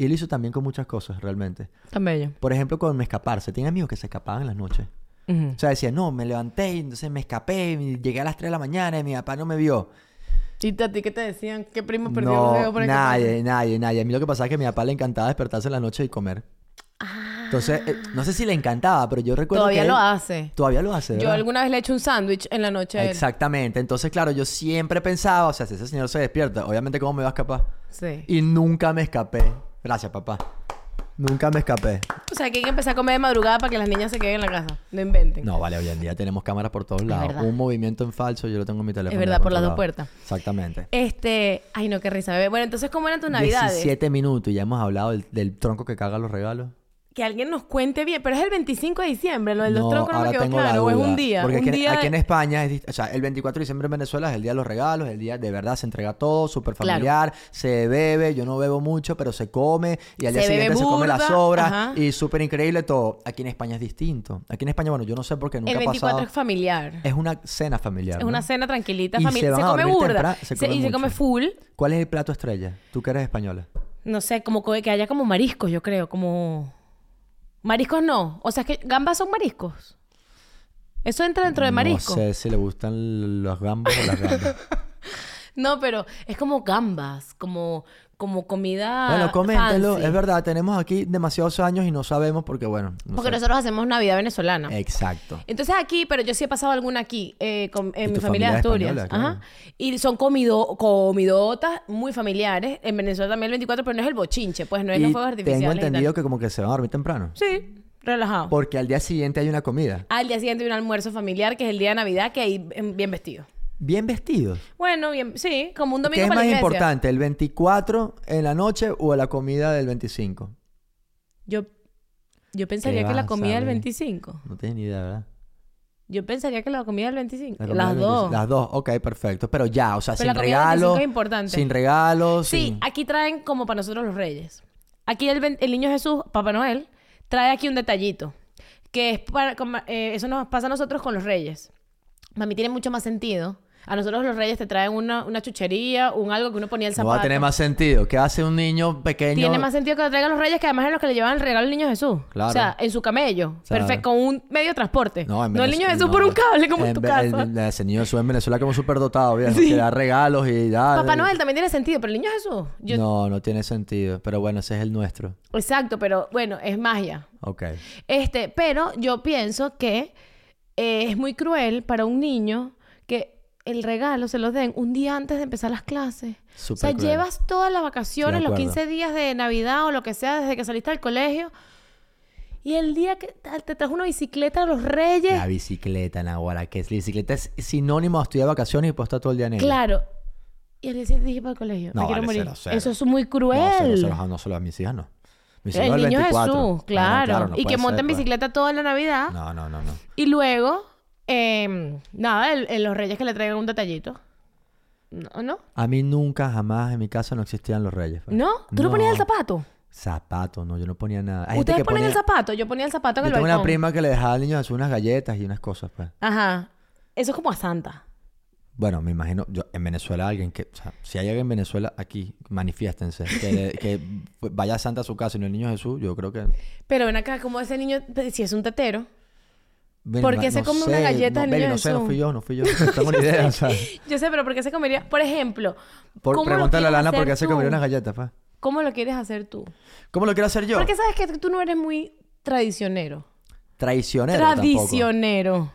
[SPEAKER 1] y lo hizo también con muchas cosas, realmente.
[SPEAKER 2] Tan bello.
[SPEAKER 1] Por ejemplo, con escaparse. Tiene amigos que se escapaban en las noches.
[SPEAKER 2] Ujú.
[SPEAKER 1] O sea, decía, no, me levanté, y entonces me escapé, y llegué a las 3 de la mañana y mi papá no me vio.
[SPEAKER 2] ¿Y a ti qué te decían? ¿Qué primo perdió los
[SPEAKER 1] No,
[SPEAKER 2] dedos por el
[SPEAKER 1] nadie, nadie, nadie. A mí lo que pasaba es que a mi papá le encantaba despertarse en la noche y comer. Entonces, eh, no sé si le encantaba, pero yo recuerdo
[SPEAKER 2] Ah. Todavía
[SPEAKER 1] que él-
[SPEAKER 2] lo hace.
[SPEAKER 1] Todavía lo hace,
[SPEAKER 2] Yo
[SPEAKER 1] ¿verdad?
[SPEAKER 2] alguna vez le he hecho un sándwich en la noche a él.
[SPEAKER 1] Exactamente. Entonces, claro, yo siempre pensaba, o sea, si ese señor se despierta, obviamente, ¿cómo me va a escapar?
[SPEAKER 2] Sí.
[SPEAKER 1] Y nunca me escapé. Gracias, papá. Nunca me escapé.
[SPEAKER 2] O sea, que hay que empezar a comer de madrugada para que las niñas se queden en la casa. No inventen.
[SPEAKER 1] No, vale, hoy en día tenemos cámaras por todos lados.
[SPEAKER 2] verdad.
[SPEAKER 1] Un movimiento en falso, yo lo tengo en mi teléfono.
[SPEAKER 2] verdad,
[SPEAKER 1] ya
[SPEAKER 2] por las dos
[SPEAKER 1] controlado.
[SPEAKER 2] puertas.
[SPEAKER 1] Exactamente.
[SPEAKER 2] Este... Ay, no, qué risa, bebé. Bueno, entonces, ¿cómo eran tus navidades?
[SPEAKER 1] 17 minutos y ya hemos hablado del, del tronco que caga los regalos.
[SPEAKER 2] Que alguien nos cuente bien. Pero es el 25 de diciembre. Lo del los
[SPEAKER 1] No,
[SPEAKER 2] troncos no me
[SPEAKER 1] ahora
[SPEAKER 2] quedó
[SPEAKER 1] tengo la
[SPEAKER 2] claro. O es
[SPEAKER 1] duda.
[SPEAKER 2] un día.
[SPEAKER 1] Porque
[SPEAKER 2] un
[SPEAKER 1] aquí, en-
[SPEAKER 2] día...
[SPEAKER 1] aquí en España, es dist- o sea, el 24 de diciembre en Venezuela es el día de los regalos, el día de verdad se entrega todo, súper
[SPEAKER 2] Claro.
[SPEAKER 1] familiar, se bebe, yo no bebo mucho, pero se come y al día
[SPEAKER 2] Se bebe
[SPEAKER 1] siguiente se come
[SPEAKER 2] burda,
[SPEAKER 1] las sobras
[SPEAKER 2] ajá.
[SPEAKER 1] y súper increíble todo. Aquí en España es distinto. Aquí en España, bueno, yo no sé porque nunca
[SPEAKER 2] El
[SPEAKER 1] ha
[SPEAKER 2] 24
[SPEAKER 1] pasado.
[SPEAKER 2] es familiar.
[SPEAKER 1] Es una cena familiar.
[SPEAKER 2] Es una
[SPEAKER 1] ¿no?
[SPEAKER 2] cena tranquilita,
[SPEAKER 1] Y se
[SPEAKER 2] familiar. Se,
[SPEAKER 1] van a
[SPEAKER 2] come
[SPEAKER 1] dormir
[SPEAKER 2] burda.
[SPEAKER 1] temprano,
[SPEAKER 2] Se
[SPEAKER 1] se come
[SPEAKER 2] y se
[SPEAKER 1] mucho.
[SPEAKER 2] come full.
[SPEAKER 1] ¿Cuál es el plato estrella? Tú que eres española.
[SPEAKER 2] No sé, como co- que haya como mariscos, yo creo. Como. Mariscos no. O sea, es que gambas son mariscos. Eso entra dentro de marisco.
[SPEAKER 1] No sé si le gustan los gambas o las gambas.
[SPEAKER 2] No, pero es como gambas, como, como comida.
[SPEAKER 1] bueno, coméntelo.
[SPEAKER 2] Ah, fancy.
[SPEAKER 1] Es verdad, tenemos aquí demasiados años y no sabemos porque, bueno. no
[SPEAKER 2] Porque
[SPEAKER 1] sé.
[SPEAKER 2] nosotros hacemos Navidad venezolana.
[SPEAKER 1] Exacto.
[SPEAKER 2] Entonces aquí, pero yo sí he pasado alguna aquí, eh, con- en
[SPEAKER 1] Y
[SPEAKER 2] mi
[SPEAKER 1] tu
[SPEAKER 2] familia de
[SPEAKER 1] familia
[SPEAKER 2] Asturias.
[SPEAKER 1] española,
[SPEAKER 2] Ajá. Y son comido, comidotas muy familiares. En Venezuela también el 24, pero no es el bochinche, pues no es los
[SPEAKER 1] Y
[SPEAKER 2] fuegos artificiales.
[SPEAKER 1] tengo
[SPEAKER 2] y tal.
[SPEAKER 1] entendido que como que se van a dormir temprano.
[SPEAKER 2] Sí, relajado.
[SPEAKER 1] Porque al día siguiente hay una comida.
[SPEAKER 2] Al día siguiente hay un almuerzo familiar, que es el día de Navidad, que ahí em, bien vestido.
[SPEAKER 1] Bien vestidos.
[SPEAKER 2] Bueno, bien, sí, como un
[SPEAKER 1] ¿Qué
[SPEAKER 2] domingo
[SPEAKER 1] es
[SPEAKER 2] para
[SPEAKER 1] más
[SPEAKER 2] la iglesia.
[SPEAKER 1] importante, el 24 en la noche o la comida del 25?
[SPEAKER 2] Yo, yo pensaría
[SPEAKER 1] ¿Qué
[SPEAKER 2] que la
[SPEAKER 1] vas a
[SPEAKER 2] comida del
[SPEAKER 1] ver?
[SPEAKER 2] 25.
[SPEAKER 1] No tienes ni idea, ¿verdad?
[SPEAKER 2] Yo pensaría que la comida del 25.
[SPEAKER 1] La comida
[SPEAKER 2] Las
[SPEAKER 1] del
[SPEAKER 2] dos.
[SPEAKER 1] 25. Las dos, ok, perfecto. Pero ya, o sea,
[SPEAKER 2] Pero la
[SPEAKER 1] sin
[SPEAKER 2] comida del 25
[SPEAKER 1] regalos.
[SPEAKER 2] es importante.
[SPEAKER 1] Sin regalos.
[SPEAKER 2] Sí,
[SPEAKER 1] sin-
[SPEAKER 2] aquí traen como para nosotros los reyes. Aquí el, ven- el niño Jesús, Papá Noel, trae aquí un detallito. Que es para. como, eh, eso nos pasa a nosotros con los reyes. Mami tiene mucho más sentido. A nosotros los reyes te traen una, una chuchería, un algo que uno ponía el
[SPEAKER 1] No
[SPEAKER 2] zapato.
[SPEAKER 1] va a tener más sentido. ¿Qué hace un niño pequeño?
[SPEAKER 2] Tiene más sentido que lo traigan los reyes que además es los que le llevan el regalo al niño Jesús.
[SPEAKER 1] Claro.
[SPEAKER 2] O sea, en su camello.
[SPEAKER 1] Claro.
[SPEAKER 2] Perfecto. Con un medio de transporte. No,
[SPEAKER 1] en
[SPEAKER 2] el
[SPEAKER 1] Venez-
[SPEAKER 2] niño Jesús
[SPEAKER 1] no.
[SPEAKER 2] por un cable como en, tu
[SPEAKER 1] Ve-
[SPEAKER 2] casa.
[SPEAKER 1] el- el- ese niño Jesús en Venezuela como superdotado, viejo. Que da regalos y da...
[SPEAKER 2] Papá Noel también tiene sentido, pero el niño Jesús. Yo...
[SPEAKER 1] No, no tiene sentido. Pero bueno, ese es el nuestro.
[SPEAKER 2] Exacto, pero bueno, es magia.
[SPEAKER 1] Ok.
[SPEAKER 2] Este, pero yo pienso que eh, es muy cruel para un niño que el regalo se los den un día antes de empezar las clases. o sea,
[SPEAKER 1] Supercruel.
[SPEAKER 2] llevas todas las vacaciones,
[SPEAKER 1] Estoy de
[SPEAKER 2] los
[SPEAKER 1] acuerdo.
[SPEAKER 2] 15 días de Navidad o lo que sea desde que saliste del colegio. Y el día que te trajo una bicicleta de los Reyes.
[SPEAKER 1] La bicicleta, Nahuara. Que es, la bicicleta es sinónimo a estudiar vacaciones y puedo estar todo el día en ella.
[SPEAKER 2] Claro. Y al día siguiente dije para el colegio,
[SPEAKER 1] No,
[SPEAKER 2] me quiero
[SPEAKER 1] vale,
[SPEAKER 2] morir.
[SPEAKER 1] cero, cero.
[SPEAKER 2] Eso es muy cruel.
[SPEAKER 1] No, se lo- se lo- no solo a mis hijas, no. Mis hijas
[SPEAKER 2] el
[SPEAKER 1] del
[SPEAKER 2] niño
[SPEAKER 1] 24.
[SPEAKER 2] Jesús,
[SPEAKER 1] Ah,
[SPEAKER 2] claro.
[SPEAKER 1] no puede
[SPEAKER 2] y que monta
[SPEAKER 1] ser,
[SPEAKER 2] en
[SPEAKER 1] pues.
[SPEAKER 2] bicicleta toda la Navidad.
[SPEAKER 1] No, no, no, no.
[SPEAKER 2] Y luego, eh, nada, el- el- los reyes que le traigan un detallito. ¿No? ¿No?
[SPEAKER 1] A mí nunca, jamás en mi casa no existían los reyes. pues.
[SPEAKER 2] ¿No? ¿Tú no, ponías el zapato?
[SPEAKER 1] Zapato, no, yo no ponía nada. Hay gente
[SPEAKER 2] ¿Ustedes
[SPEAKER 1] que
[SPEAKER 2] ponen el
[SPEAKER 1] ponía-
[SPEAKER 2] zapato? Yo ponía el zapato en
[SPEAKER 1] Yo
[SPEAKER 2] el
[SPEAKER 1] tengo una
[SPEAKER 2] balcón.
[SPEAKER 1] prima que le dejaba al niño Jesús unas galletas y unas cosas, pues.
[SPEAKER 2] Ajá. Eso es como a Santa.
[SPEAKER 1] Bueno, me imagino, yo, en Venezuela alguien que, o sea, si hay alguien en Venezuela aquí, manifiéstense, que, le- que vaya Santa a su casa y no el niño Jesús, yo creo que...
[SPEAKER 2] Pero ven acá, como ese niño, si es un tetero.
[SPEAKER 1] Ven,
[SPEAKER 2] ¿Por qué
[SPEAKER 1] ma-
[SPEAKER 2] se come una galleta
[SPEAKER 1] no,
[SPEAKER 2] el
[SPEAKER 1] Beli,
[SPEAKER 2] niño
[SPEAKER 1] No sé, no
[SPEAKER 2] Jesús?
[SPEAKER 1] fui yo, no fui yo, no tengo ni idea, o sea,
[SPEAKER 2] Yo sé, pero ¿por qué se comería? Por ejemplo,
[SPEAKER 1] por-
[SPEAKER 2] ¿cómo lo
[SPEAKER 1] pregúntale a
[SPEAKER 2] quieres
[SPEAKER 1] Lana por
[SPEAKER 2] hacer
[SPEAKER 1] qué se
[SPEAKER 2] tú?
[SPEAKER 1] comió unas galletas, pues.
[SPEAKER 2] ¿Cómo lo quieres hacer tú?
[SPEAKER 1] ¿Cómo lo quiero hacer yo?
[SPEAKER 2] Porque sabes que tú no eres muy tradicionero.
[SPEAKER 1] Traicionero tampoco. Mm.
[SPEAKER 2] Tradicionero.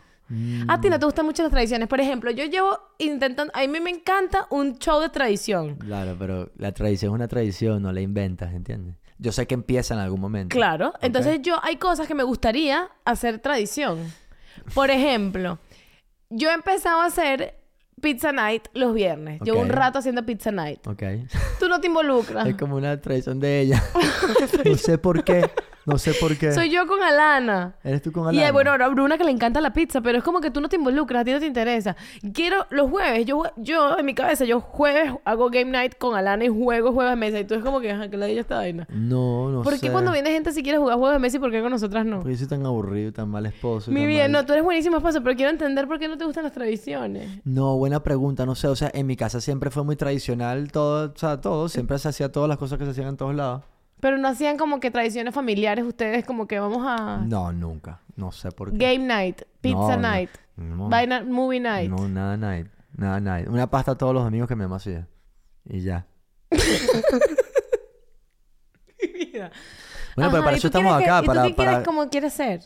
[SPEAKER 2] A ti no te gustan mucho las tradiciones. Por ejemplo, yo llevo intentando. A mí me encanta un show de tradición.
[SPEAKER 1] Claro, pero la tradición es una tradición, no la inventas, ¿entiendes? Yo sé que empieza en algún momento.
[SPEAKER 2] Claro.
[SPEAKER 1] ¿ok?
[SPEAKER 2] Entonces, yo hay cosas que me gustaría hacer tradición. Por ejemplo, yo he empezado a hacer pizza night los viernes. Llevo
[SPEAKER 1] Ok.
[SPEAKER 2] un rato haciendo pizza night.
[SPEAKER 1] Ok.
[SPEAKER 2] Tú no te involucras.
[SPEAKER 1] Es como una traición de ella. no sé por qué. No sé por qué.
[SPEAKER 2] Soy yo con Alana.
[SPEAKER 1] ¿Eres tú con
[SPEAKER 2] Y
[SPEAKER 1] Alana?
[SPEAKER 2] eh, bueno, ahora Bruna que le encanta la pizza, pero es como que tú no te involucras, a ti no te interesa. Quiero los jueves, yo, yo en mi cabeza, yo jueves hago game night con Alana y juego jueves de mesa. Y tú es como que, ajá, que la de esta vaina.
[SPEAKER 1] No, no
[SPEAKER 2] ¿Por
[SPEAKER 1] sé.
[SPEAKER 2] qué cuando viene gente si quiere jugar juegos de mesa y por qué con nosotras no?
[SPEAKER 1] Porque yo soy tan aburrido, tan mal esposo.
[SPEAKER 2] Mi
[SPEAKER 1] tan mal-
[SPEAKER 2] bien, no, tú eres buenísimo esposo, pero quiero entender por qué no te gustan las tradiciones.
[SPEAKER 1] No, buena pregunta, no sé. O sea, en mi casa siempre fue muy tradicional todo, o sea, todo. Siempre se hacía todas las cosas que se hacían en todos lados.
[SPEAKER 2] Pero no hacían como que tradiciones familiares ustedes, como que vamos a
[SPEAKER 1] No, nunca. No sé por qué.
[SPEAKER 2] game night, pizza
[SPEAKER 1] No, no,
[SPEAKER 2] night,
[SPEAKER 1] no.
[SPEAKER 2] vaina- movie night.
[SPEAKER 1] No, nada night. Nada night. Una pasta todos los amigos que mi mamá hacía. Y ya. Bueno, pero
[SPEAKER 2] Ajá,
[SPEAKER 1] para
[SPEAKER 2] ¿y
[SPEAKER 1] eso
[SPEAKER 2] tú
[SPEAKER 1] estamos
[SPEAKER 2] quieres que-
[SPEAKER 1] acá.
[SPEAKER 2] ¿y tú
[SPEAKER 1] para,
[SPEAKER 2] qué quieres
[SPEAKER 1] para-
[SPEAKER 2] como quieres ser?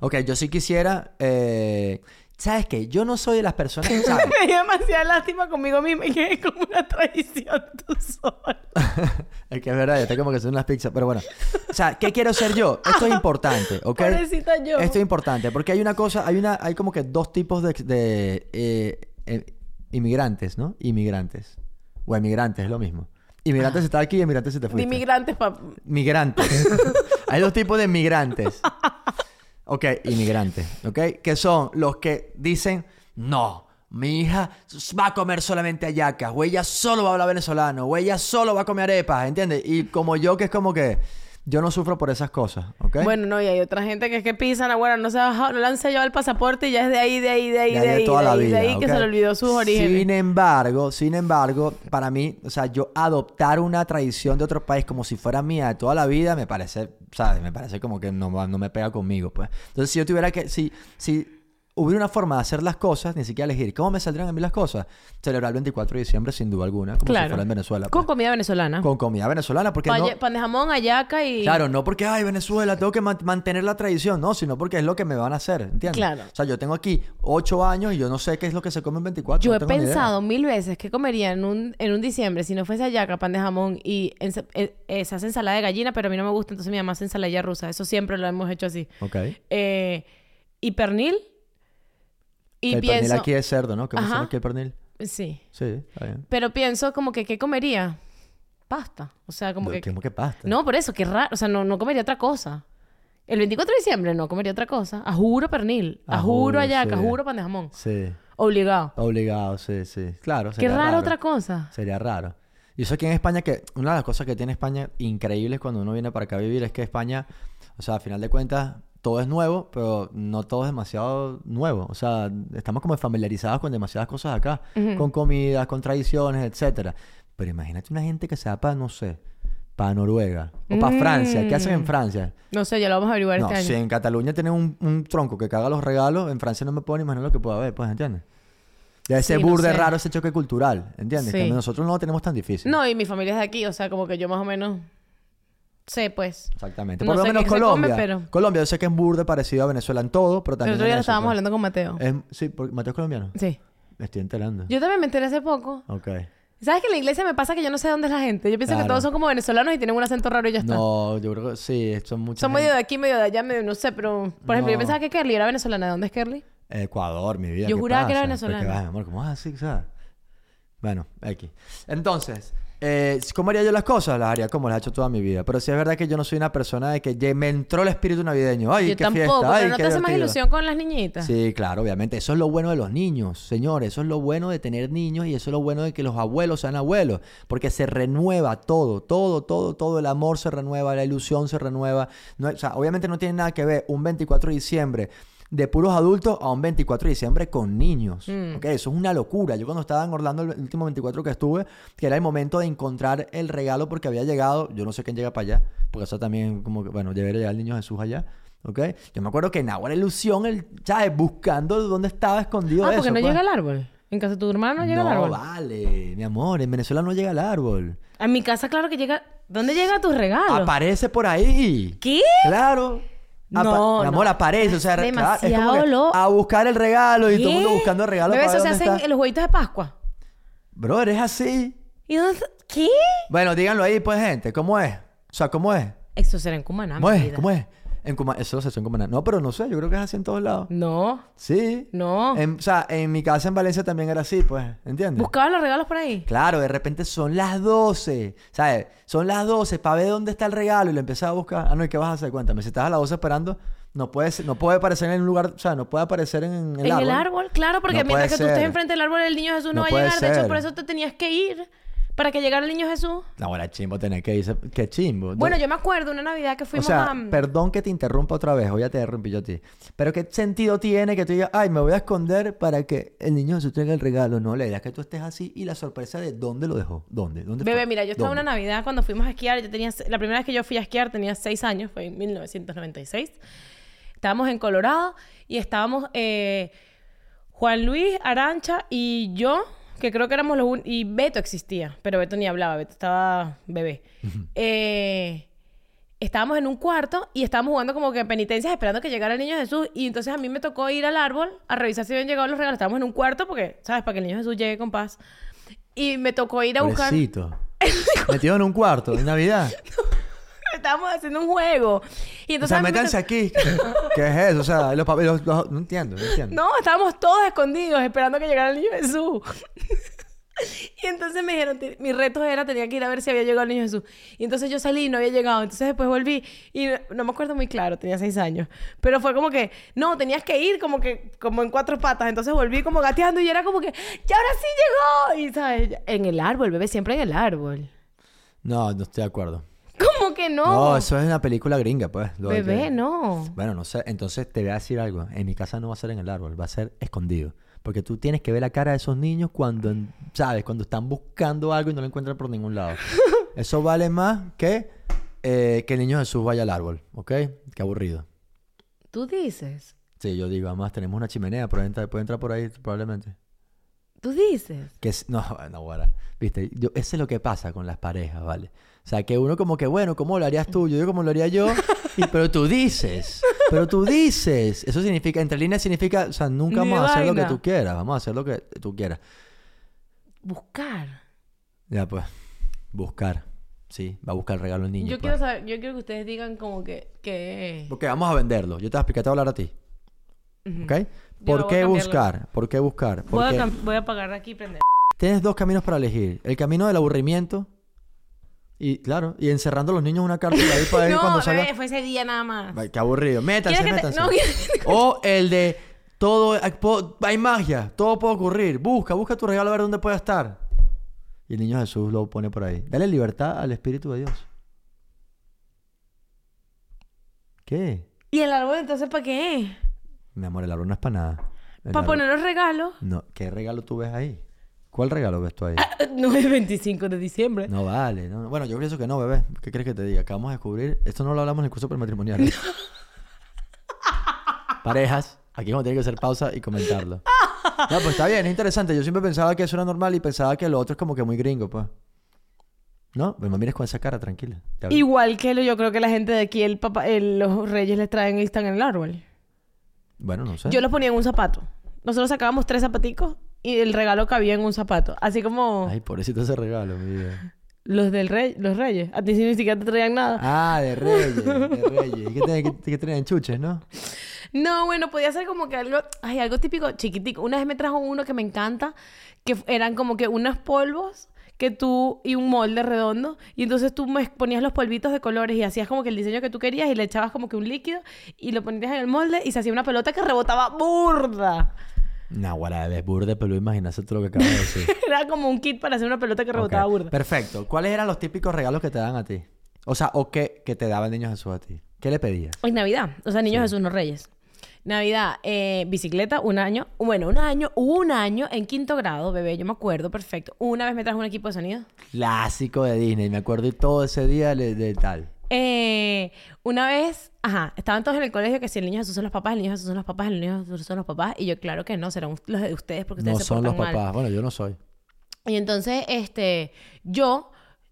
[SPEAKER 1] Ok, yo sí quisiera... eh, ¿Sabes qué? Yo no soy de las personas que saben.
[SPEAKER 2] Me dio demasiada lástima conmigo misma y que es como una traición tú sola.
[SPEAKER 1] es que es verdad, está como que son unas pizzas. Pero bueno. O sea, ¿qué quiero ser yo? Esto es importante, ¿ok?
[SPEAKER 2] Pobrecita yo.
[SPEAKER 1] Esto es importante, porque hay una cosa, hay una, hay como que dos tipos de, de, eh, eh, inmigrantes, ¿no? Inmigrantes. O emigrantes, es lo mismo. Inmigrantes está aquí y emigrantes se te
[SPEAKER 2] Ah. De
[SPEAKER 1] fuiste.
[SPEAKER 2] inmigrantes, papá.
[SPEAKER 1] Migrantes. Hay dos tipos de migrantes. Ok, inmigrantes. ¿Ok? Que son los que dicen, no, mi hija va a comer solamente ayacas, o ella solo va a hablar venezolano, o ella solo va a comer arepas, ¿entiendes? Y como yo, que es como que yo no sufro por esas cosas, ¿ok?
[SPEAKER 2] Bueno, no, y hay otra gente que es que pisan, bueno, no se ha bajado, no le han sellado el pasaporte y ya es de ahí, de ahí, de ahí, de
[SPEAKER 1] Ya
[SPEAKER 2] ahí, de
[SPEAKER 1] de toda la
[SPEAKER 2] ahí, de
[SPEAKER 1] vida,
[SPEAKER 2] ahí, que
[SPEAKER 1] ¿ok?
[SPEAKER 2] se le olvidó sus orígenes.
[SPEAKER 1] Sin embargo, sin embargo, para mí, o sea, yo adoptar una tradición de otro país como si fuera mía de toda la vida, me parece, ¿sabes? Me parece como que no, va- no me pega conmigo, pues. Entonces, si yo tuviera que, si, si hubiera una forma de hacer las cosas, ni siquiera elegir, ¿cómo me saldrían a mí las cosas? Celebrar el 24 de diciembre, sin duda alguna, como si
[SPEAKER 2] Claro.
[SPEAKER 1] fuera en Venezuela.
[SPEAKER 2] Con
[SPEAKER 1] pues.
[SPEAKER 2] comida venezolana.
[SPEAKER 1] Con comida venezolana, porque
[SPEAKER 2] Pan,
[SPEAKER 1] no...
[SPEAKER 2] pan de jamón, ayaca y...
[SPEAKER 1] Claro, no porque, ay, Venezuela, tengo que man- mantener la tradición, no, sino porque es lo que me van a hacer, ¿entiendes?
[SPEAKER 2] Claro.
[SPEAKER 1] O sea, yo tengo aquí ocho años y yo no sé qué es lo que se come en 24.
[SPEAKER 2] Yo
[SPEAKER 1] no
[SPEAKER 2] he
[SPEAKER 1] tengo ni idea.
[SPEAKER 2] pensado mil veces que comería en un, en un diciembre si no fuese ayaca, pan de jamón y ensa- eh, eh, se hace ensalada de gallina, pero a mí no me gusta, entonces mi mamá hace ensalada rusa. Eso siempre lo hemos hecho así.
[SPEAKER 1] Ok.
[SPEAKER 2] Eh, y pernil. Y
[SPEAKER 1] el
[SPEAKER 2] pienso.
[SPEAKER 1] pernil aquí es cerdo, ¿no? ¿Qué me
[SPEAKER 2] Ajá.
[SPEAKER 1] aquí el pernil?
[SPEAKER 2] Sí.
[SPEAKER 1] Sí, está bien.
[SPEAKER 2] Pero pienso como que, ¿qué comería? Pasta. O sea, como
[SPEAKER 1] No,
[SPEAKER 2] que.
[SPEAKER 1] ¿Cómo que pasta?
[SPEAKER 2] No, por eso, qué raro. O sea, no, no comería otra cosa. El 24 de diciembre no comería otra cosa. A juro pernil. A juro
[SPEAKER 1] Ajuro,
[SPEAKER 2] ayaca. A
[SPEAKER 1] Ah, sí.
[SPEAKER 2] juro pan de jamón.
[SPEAKER 1] Sí.
[SPEAKER 2] Obligado.
[SPEAKER 1] Obligado, sí, sí. Claro,
[SPEAKER 2] Qué
[SPEAKER 1] sería
[SPEAKER 2] raro,
[SPEAKER 1] raro
[SPEAKER 2] otra cosa.
[SPEAKER 1] Sería raro. Y eso aquí en España, que una de las cosas que tiene España increíbles cuando uno viene para acá a vivir es que España, o sea, a final de cuentas, todo es nuevo, pero no todo es demasiado nuevo. O sea, estamos como familiarizados con demasiadas cosas acá, con comidas, con tradiciones, etcétera. Pero imagínate una gente que se va para, no sé, para Noruega o para Francia. ¿Qué hacen en Francia?
[SPEAKER 2] No sé, ya lo vamos a averiguar
[SPEAKER 1] No,
[SPEAKER 2] este año.
[SPEAKER 1] si en Cataluña tienen un, un tronco que caga los regalos, en Francia no me puedo ni imaginar lo que pueda haber, pues, ¿entiendes? Ya ese
[SPEAKER 2] Sí, no
[SPEAKER 1] burde
[SPEAKER 2] sé.
[SPEAKER 1] raro, ese choque cultural, ¿entiendes? Que
[SPEAKER 2] Sí.
[SPEAKER 1] nosotros no lo tenemos tan difícil.
[SPEAKER 2] No, y mi familia es de aquí, o sea, como que yo más o menos sé, pues.
[SPEAKER 1] Exactamente.
[SPEAKER 2] No
[SPEAKER 1] Por lo
[SPEAKER 2] sé
[SPEAKER 1] menos
[SPEAKER 2] qué se come,
[SPEAKER 1] Colombia.
[SPEAKER 2] pero-
[SPEAKER 1] Colombia, yo sé que es burde parecido a Venezuela en todo, pero
[SPEAKER 2] El
[SPEAKER 1] también.
[SPEAKER 2] otro día
[SPEAKER 1] en
[SPEAKER 2] lo
[SPEAKER 1] eso,
[SPEAKER 2] estábamos
[SPEAKER 1] pues.
[SPEAKER 2] hablando con Mateo.
[SPEAKER 1] Es- sí, porque Mateo es colombiano.
[SPEAKER 2] Sí.
[SPEAKER 1] Me estoy enterando.
[SPEAKER 2] Yo también me enteré hace poco.
[SPEAKER 1] Ok.
[SPEAKER 2] ¿Sabes que en la iglesia me pasa que yo no sé dónde es la gente? Yo pienso que
[SPEAKER 1] Claro.
[SPEAKER 2] todos son como venezolanos y tienen un acento raro y ya está.
[SPEAKER 1] No, yo creo que sí, son muchos.
[SPEAKER 2] son medio de aquí, medio de allá, medio no sé, pero... Por ejemplo, yo
[SPEAKER 1] No.
[SPEAKER 2] pensaba que Kerly era venezolana. ¿De dónde es Kerly?
[SPEAKER 1] Ecuador, mi vida.
[SPEAKER 2] Yo
[SPEAKER 1] ¿qué
[SPEAKER 2] juraba que era
[SPEAKER 1] pasa? Pero
[SPEAKER 2] venezolano.
[SPEAKER 1] que vas, mi amor, ¿cómo vas así? O sea, Bueno, X. Entonces, eh, ¿cómo haría yo las cosas? Las haría como las he hecho toda mi vida. Pero sí es verdad que yo no soy una persona de que ya me entró el espíritu navideño. Ay,
[SPEAKER 2] yo
[SPEAKER 1] qué
[SPEAKER 2] tampoco,
[SPEAKER 1] fiesta. Ay,
[SPEAKER 2] pero no
[SPEAKER 1] qué
[SPEAKER 2] te hace más
[SPEAKER 1] divertido.
[SPEAKER 2] ilusión con las niñitas.
[SPEAKER 1] Sí, claro, obviamente. Eso es lo bueno de los niños, señores. Eso es lo bueno de tener niños y eso es lo bueno de que los abuelos sean abuelos. Porque se renueva todo, todo, todo, todo. El amor se renueva, la ilusión se renueva. No, o sea, obviamente no tiene nada que ver un 24 de diciembre de puros adultos a un 24 de diciembre con niños. ¿ok? Eso es una locura. Yo cuando estaba en Orlando el último 24 que estuve, que era el momento de encontrar el regalo porque había llegado, yo no sé quién llega para allá, porque eso también como que, bueno, debería llegar el niño Jesús allá. ¿Ok? Yo me acuerdo que en Agua la Ilusión, el, ¿sabes? Buscando dónde estaba escondido
[SPEAKER 2] ah,
[SPEAKER 1] eso.
[SPEAKER 2] porque no
[SPEAKER 1] pues.
[SPEAKER 2] llega el árbol. En casa de tu hermano no llega el
[SPEAKER 1] No,
[SPEAKER 2] árbol.
[SPEAKER 1] vale, mi amor, en Venezuela no llega el árbol.
[SPEAKER 2] A mi casa, claro que llega... ¿Dónde llega tus regalos?
[SPEAKER 1] Aparece por ahí.
[SPEAKER 2] ¿Qué?
[SPEAKER 1] Claro.
[SPEAKER 2] No,
[SPEAKER 1] Apa- mi amor,
[SPEAKER 2] no.
[SPEAKER 1] aparece. O sea, re- claro, es
[SPEAKER 2] Demasiado
[SPEAKER 1] como que
[SPEAKER 2] loco.
[SPEAKER 1] a buscar el regalo y todo el mundo
[SPEAKER 2] ¿Qué?
[SPEAKER 1] buscando el regalo.
[SPEAKER 2] Bebé,
[SPEAKER 1] para
[SPEAKER 2] eso
[SPEAKER 1] ver
[SPEAKER 2] se
[SPEAKER 1] dónde
[SPEAKER 2] hacen
[SPEAKER 1] está.
[SPEAKER 2] en los huevitos de Pascua.
[SPEAKER 1] Bro, eres así.
[SPEAKER 2] ¿Y dónde está- ¿Qué?
[SPEAKER 1] Bueno, díganlo ahí, pues, gente. ¿Cómo es? O sea, ¿cómo es?
[SPEAKER 2] Eso será en Cumaná.
[SPEAKER 1] ¿Cómo
[SPEAKER 2] mi
[SPEAKER 1] es?
[SPEAKER 2] vida.
[SPEAKER 1] ¿Cómo es? En Cuma- Eso se hace en Cumaná. No, pero no sé. Yo creo que es así en todos lados.
[SPEAKER 2] No,
[SPEAKER 1] Sí.
[SPEAKER 2] no.
[SPEAKER 1] En- o sea, en mi casa en Valencia también era así, pues. ¿Entiendes?
[SPEAKER 2] ¿Buscabas los regalos por ahí?
[SPEAKER 1] Claro, de repente son las 12, ¿sabes? Son las 12 para ver dónde está el regalo y lo empezás a buscar. Ah, no, ¿y qué vas a hacer? Cuéntame, si estás a las 12 esperando, no puede, ser- no puede aparecer en un lugar, o sea, no puede aparecer en, el
[SPEAKER 2] en
[SPEAKER 1] árbol.
[SPEAKER 2] el árbol, claro, porque
[SPEAKER 1] No puede
[SPEAKER 2] mientras que tú
[SPEAKER 1] ser.
[SPEAKER 2] estés enfrente del árbol, el niño Jesús no,
[SPEAKER 1] No
[SPEAKER 2] va a
[SPEAKER 1] puede
[SPEAKER 2] llegar. De
[SPEAKER 1] ser.
[SPEAKER 2] hecho, por eso te tenías que ir para que llegara el niño Jesús.
[SPEAKER 1] No, ahora chimbo tener que irse, qué chimbo.
[SPEAKER 2] Bueno, yo me acuerdo una Navidad que
[SPEAKER 1] O
[SPEAKER 2] fuimos
[SPEAKER 1] sea,
[SPEAKER 2] a. mm,
[SPEAKER 1] perdón que te interrumpa otra vez, voy a te interrumpí yo a ti. Pero ¿qué sentido tiene que tú digas, ay, me voy a esconder para que el niño Jesús traiga el regalo? No, la idea es que tú estés así y la sorpresa de dónde lo dejó, dónde, dónde fue?
[SPEAKER 2] Bebé, mira, yo estaba en
[SPEAKER 1] ¿Dónde?
[SPEAKER 2] una Navidad cuando fuimos a esquiar. Yo tenía, la primera vez que yo fui a esquiar tenía seis años, fue en 1996. Estábamos en Colorado y estábamos eh, Juan Luis, Arancha y yo, que creo que éramos los únicos. Y Beto existía, pero Beto ni hablaba, Beto estaba bebé. Eh, estábamos en un cuarto y estábamos jugando como que penitencias esperando que llegara el niño Jesús. Y entonces a mí me tocó ir al árbol a revisar si habían llegado los regalos. Estábamos en un cuarto porque, ¿sabes? Para que el niño Jesús llegue con paz. Y me tocó ir a buscar.
[SPEAKER 1] Pobrecito. Metido en un cuarto, en Navidad.
[SPEAKER 2] Estábamos haciendo un juego. Y
[SPEAKER 1] O
[SPEAKER 2] entonces
[SPEAKER 1] sea,
[SPEAKER 2] a mí me
[SPEAKER 1] métanse
[SPEAKER 2] tocó-
[SPEAKER 1] aquí. ¿Qué es eso? O sea, los papeles... No entiendo, no entiendo.
[SPEAKER 2] No, estábamos todos escondidos esperando que llegara el niño Jesús. y entonces me dijeron, "Ti- mi reto era, tenía que ir a ver si había llegado el niño Jesús. Y entonces yo salí y no había llegado. Entonces después volví y no, no me acuerdo muy claro, tenía seis años. Pero fue como que, no, tenías que ir como que, como en cuatro patas. Entonces volví como gateando y era como que, ¡ya ahora sí llegó! Y sabes, en el árbol, bebé, siempre en el árbol.
[SPEAKER 1] No, no estoy de acuerdo.
[SPEAKER 2] ¿Cómo que no?
[SPEAKER 1] No, eso es una película gringa, pues. lo de que-
[SPEAKER 2] Bebé, no.
[SPEAKER 1] Bueno, no sé. Entonces te voy a decir algo. En mi casa no va a ser en el árbol, va a ser escondido. Porque tú tienes que ver la cara de esos niños cuando, en- ¿sabes? Cuando están buscando algo y no lo encuentran por ningún lado. Eso vale más que eh, que el niño Jesús vaya al árbol, ¿ok? Qué aburrido.
[SPEAKER 2] Tú dices,
[SPEAKER 1] Sí, yo digo, además tenemos una chimenea, pero entra, puede entrar por ahí probablemente.
[SPEAKER 2] tú dices.
[SPEAKER 1] Que es- no, no, ahora. Viste, yo, ese es lo que pasa con las parejas, ¿vale? O sea, que uno como que, bueno, ¿cómo lo harías tú? Yo digo, ¿cómo lo haría yo? Y, pero tú dices, pero tú dices. Eso significa, entre líneas significa, o sea, nunca
[SPEAKER 2] Ni
[SPEAKER 1] vamos a hacer lo que
[SPEAKER 2] vaina.
[SPEAKER 1] tú quieras, vamos a hacer lo que tú quieras.
[SPEAKER 2] Buscar.
[SPEAKER 1] Ya, pues, buscar, ¿sí? Va a buscar el regalo el niño.
[SPEAKER 2] Yo
[SPEAKER 1] pues.
[SPEAKER 2] quiero saber, yo quiero que ustedes digan como que, que...
[SPEAKER 1] Porque vamos a venderlo. Yo te voy a explicar, te voy a hablar a ti.
[SPEAKER 2] Ujú.
[SPEAKER 1] ¿Ok?
[SPEAKER 2] voy
[SPEAKER 1] ¿Por
[SPEAKER 2] a
[SPEAKER 1] qué
[SPEAKER 2] cambiarlo.
[SPEAKER 1] buscar? ¿Por qué buscar?
[SPEAKER 2] Voy, a
[SPEAKER 1] Porque
[SPEAKER 2] cam- voy a apagar aquí y prender.
[SPEAKER 1] tienes dos caminos para elegir. El camino del aburrimiento y, claro, y encerrando a los niños en una cárcel ahí para ir
[SPEAKER 2] No,
[SPEAKER 1] cuando salga...
[SPEAKER 2] bebé, fue ese día nada más.
[SPEAKER 1] Ay, Qué aburrido. Métanse,
[SPEAKER 2] ¿Quieres que te-
[SPEAKER 1] métanse.
[SPEAKER 2] no, ¿quieres
[SPEAKER 1] o el de todo hay, po- hay magia, todo puede ocurrir. Busca, busca tu regalo a ver dónde puede estar. Y el niño Jesús lo pone por ahí. Dale libertad al Espíritu de Dios. ¿Qué?
[SPEAKER 2] ¿Y el árbol entonces para qué es?
[SPEAKER 1] Mi amor, el árbol no es para nada. El
[SPEAKER 2] Para
[SPEAKER 1] árbol-
[SPEAKER 2] poner los regalos.
[SPEAKER 1] No, ¿qué regalo tú ves ahí? ¿Cuál regalo ves tú
[SPEAKER 2] Ah,
[SPEAKER 1] ahí?
[SPEAKER 2] No es 25 de diciembre.
[SPEAKER 1] No vale. no, no. Bueno, yo pienso que no, bebé. ¿Qué crees que te diga? Acabamos de descubrir. Esto no lo hablamos en el curso prematrimonial. ¿eh? Parejas. Aquí vamos a tener que hacer pausa y comentarlo. No, pues está bien, es interesante. Yo siempre pensaba que eso era normal y pensaba que lo otro es como que muy gringo, pues. No, me mires con esa cara, tranquila. Ya vi.
[SPEAKER 2] Igual que lo- yo creo que la gente de aquí, el papá, el- los reyes les traen y están en el árbol.
[SPEAKER 1] Bueno, no sé.
[SPEAKER 2] Yo los ponía en un zapato. Nosotros sacábamos tres zapaticos y el regalo cabía en un zapato. Así como
[SPEAKER 1] Ay, pobrecito ese regalo, mi vida.
[SPEAKER 2] los del rey, los reyes. A ti sí ni siquiera te traían nada.
[SPEAKER 1] Ah, de Reyes, de Reyes. ¿Y qué tiene, qué- qué tienen chuches, no?
[SPEAKER 2] No, bueno, podía ser como que algo, ay, algo típico, chiquitico. Una vez me trajo uno que me encanta, que f- eran como que unos polvos que tú y un molde redondo y entonces tú mez- ponías los polvitos de colores y hacías como que el diseño que tú querías y le echabas como que un líquido y lo ponías en el molde y se hacía una pelota que rebotaba burda.
[SPEAKER 1] Nahuara, de burde, pero imagínate todo lo que acabas de decir.
[SPEAKER 2] Era como un kit para hacer una pelota que rebotaba
[SPEAKER 1] Ok,
[SPEAKER 2] burda.
[SPEAKER 1] Perfecto. ¿Cuáles eran los típicos regalos que te dan a ti? O sea, o que, que te daba el niño Jesús a ti. ¿Qué le pedías?
[SPEAKER 2] En Navidad, o sea, Niños Jesús, no Reyes. Navidad, eh, bicicleta, un año. Bueno, un año, hubo un año en quinto grado, bebé, yo me acuerdo perfecto. Una vez me trajo un equipo de sonido.
[SPEAKER 1] Clásico de Disney. Me acuerdo y todo ese día le- de, tal.
[SPEAKER 2] Eh, una vez, ajá, estaban todos en el colegio que si el niño Jesús son los papás, el niño Jesús son los papás, el niño Jesús son los papás. Y yo, claro que no, serán los de ustedes porque ustedes
[SPEAKER 1] No
[SPEAKER 2] se
[SPEAKER 1] son los
[SPEAKER 2] portan mal.
[SPEAKER 1] papás. Bueno, yo no soy.
[SPEAKER 2] Y entonces, este, yo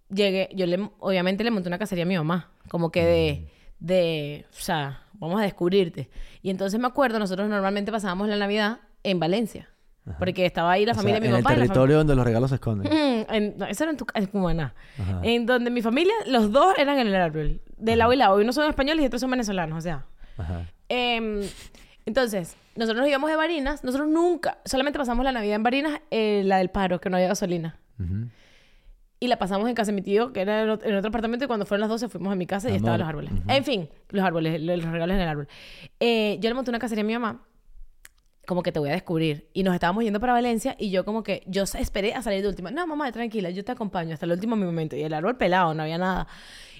[SPEAKER 2] llegué, yo le, obviamente le monté una cacería a mi mamá, como que de,
[SPEAKER 1] Mm.
[SPEAKER 2] de, o sea, vamos a descubrirte. Y entonces me acuerdo, nosotros normalmente pasábamos la Navidad en Valencia, porque estaba ahí la
[SPEAKER 1] O sea,
[SPEAKER 2] familia de mi
[SPEAKER 1] en
[SPEAKER 2] papá. y
[SPEAKER 1] el
[SPEAKER 2] la
[SPEAKER 1] territorio donde los regalos se esconden.
[SPEAKER 2] fam- Mm, en- no, eso era en, tu, en Cumaná.
[SPEAKER 1] Ajá.
[SPEAKER 2] En donde mi familia, los dos eran en el árbol, de lado y lado. Y unos son españoles y otros son venezolanos, o sea.
[SPEAKER 1] Ajá.
[SPEAKER 2] Em, entonces, nosotros nos íbamos de Barinas, nosotros nunca, solamente pasamos la Navidad en Barinas, eh, la del paro, que no había gasolina.
[SPEAKER 1] Ujú.
[SPEAKER 2] Y la pasamos en casa de mi tío, que era en ot- en otro apartamento, y cuando fueron las 12 fuimos a mi casa y
[SPEAKER 1] Amor.
[SPEAKER 2] estaban los árboles.
[SPEAKER 1] Ujú.
[SPEAKER 2] En fin, los árboles, lo- los regalos en el árbol. Eh, yo le monté una cacería a mi mamá, como que te voy a descubrir. Y nos estábamos yendo para Valencia y yo como que, yo sa- esperé a salir de última. No, mamá, tranquila, yo te acompaño hasta el último momento. Y el árbol pelado, no había nada.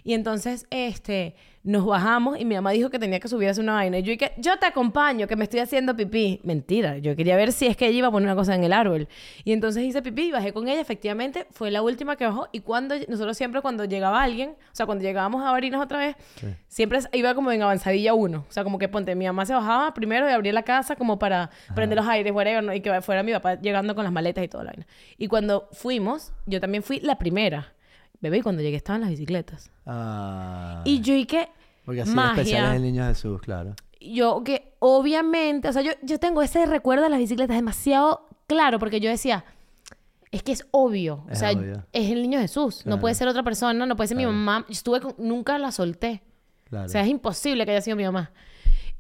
[SPEAKER 2] Y entonces, este, nos bajamos y mi mamá dijo que tenía que subir a hacer una vaina. Y yo dije, yo te acompaño, que me estoy haciendo pipí. Mentira, yo quería ver si es que ella iba a poner una cosa en el árbol. Y entonces hice pipí y bajé con ella. Efectivamente, fue la última que bajó. Y cuando, nosotros siempre cuando llegaba alguien, o sea, cuando llegábamos a Barinas otra vez,
[SPEAKER 1] Sí.
[SPEAKER 2] siempre iba como en avanzadilla uno. O sea, como que ponte, mi mamá se bajaba primero y abría la casa como para prender los aires, whatever, ¿no? y que fuera mi papá llegando con las maletas y toda la vaina. Y cuando fuimos, yo también fui la primera. Bebé, y cuando llegué estaban las bicicletas.
[SPEAKER 1] Ah.
[SPEAKER 2] Y yo y que
[SPEAKER 1] Porque así de especial es
[SPEAKER 2] magia.
[SPEAKER 1] el niño Jesús, claro.
[SPEAKER 2] Yo que obviamente, o sea, yo, yo tengo ese recuerdo de las bicicletas demasiado claro porque yo decía, es que es obvio,
[SPEAKER 1] Es
[SPEAKER 2] o sea,
[SPEAKER 1] obvio.
[SPEAKER 2] es el niño Jesús, no puede
[SPEAKER 1] Claro.
[SPEAKER 2] ser otra persona, no puede ser mi mamá. Yo estuve con- nunca la solté.
[SPEAKER 1] claro.
[SPEAKER 2] O sea, es imposible que haya sido mi mamá.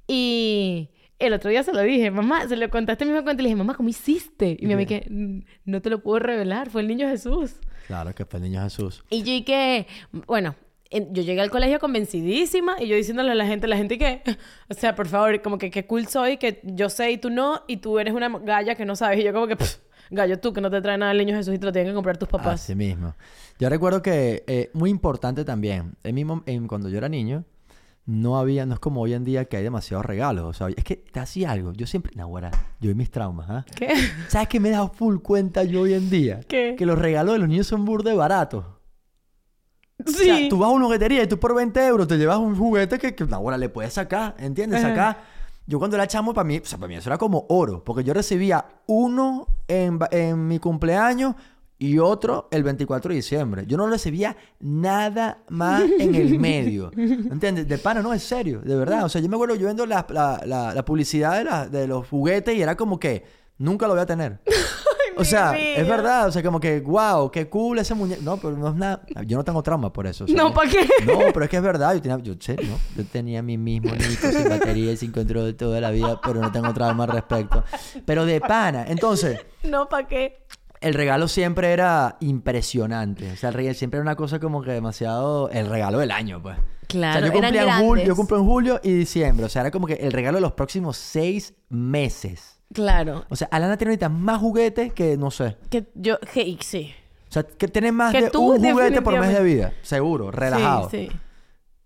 [SPEAKER 2] Y el otro día se lo dije, mamá, se lo contaste mismo cuento y le dije, mamá, ¿cómo hiciste? Y mi mamá,
[SPEAKER 1] qué?
[SPEAKER 2] que "Mm, no te lo puedo revelar, fue el niño Jesús.
[SPEAKER 1] Claro que fue el niño Jesús.
[SPEAKER 2] Y yo y que, bueno, en- yo llegué al colegio convencidísima y yo diciéndole a la gente, la gente que, o sea, por favor, como que qué cool soy, que yo sé y tú no, y tú eres una galla que no sabes. Y yo como que, "Pff, gallo tú, que no te trae nada el niño Jesús y te lo tienen que comprar tus papás.
[SPEAKER 1] Así mismo. Yo recuerdo que, eh, muy importante también, en mi mom- en- cuando yo era niño, no había, no es como hoy en día que hay demasiados regalos. O sea, es que te hacía algo. Yo siempre, naguará, yo y mis traumas, ¿ah?
[SPEAKER 2] ¿Qué?
[SPEAKER 1] ¿Sabes qué me he dado full cuenta yo hoy en día?
[SPEAKER 2] ¿Qué?
[SPEAKER 1] Que los regalos de los niños son burde baratos.
[SPEAKER 2] Sí.
[SPEAKER 1] O sea, tú vas a una juguetería y tú por 20 euros te llevas un juguete que, que ahora le puedes sacar, ¿entiendes?
[SPEAKER 2] Ajá.
[SPEAKER 1] Sacar. Yo cuando era chamo, para mí, o sea, para mí eso era como oro, porque yo recibía uno en, ba- en mi cumpleaños y otro el 24 de diciembre. Yo no recibía nada más en el medio, ¿entiendes? De pana, no, en serio, de verdad. O sea, yo me acuerdo yo viendo la, la- la- la publicidad de, la- de los juguetes y era como que nunca lo voy a tener. O
[SPEAKER 2] mi
[SPEAKER 1] sea, es
[SPEAKER 2] vida.
[SPEAKER 1] verdad, o sea, como que, wow, qué cool ese muñeco. No, pero no es nada. Yo no tengo trauma por eso. o sea,
[SPEAKER 2] No, ¿para qué?
[SPEAKER 1] no, pero es que es verdad. Yo tenía, yo, che, no, yo tenía mi mismo Nico sin batería y sin control toda la vida, pero no tengo trauma al respecto. Pero de pana. Entonces,
[SPEAKER 2] No, ¿para qué?
[SPEAKER 1] el regalo siempre era impresionante. O sea, el regalo siempre era una cosa como que demasiado. El regalo del año, pues.
[SPEAKER 2] Claro,
[SPEAKER 1] o sea, yo
[SPEAKER 2] eran
[SPEAKER 1] cumplía en julio, yo
[SPEAKER 2] grandes.
[SPEAKER 1] cumplo en julio y diciembre. O sea, era como que el regalo de los próximos seis meses.
[SPEAKER 2] Claro.
[SPEAKER 1] O sea, Alana tiene ahorita más juguetes que, no sé.
[SPEAKER 2] Que yo, que, sí.
[SPEAKER 1] O sea, que tiene más
[SPEAKER 2] Que
[SPEAKER 1] de
[SPEAKER 2] tú,
[SPEAKER 1] un juguete por mes de vida. Seguro, relajado.
[SPEAKER 2] Sí, sí.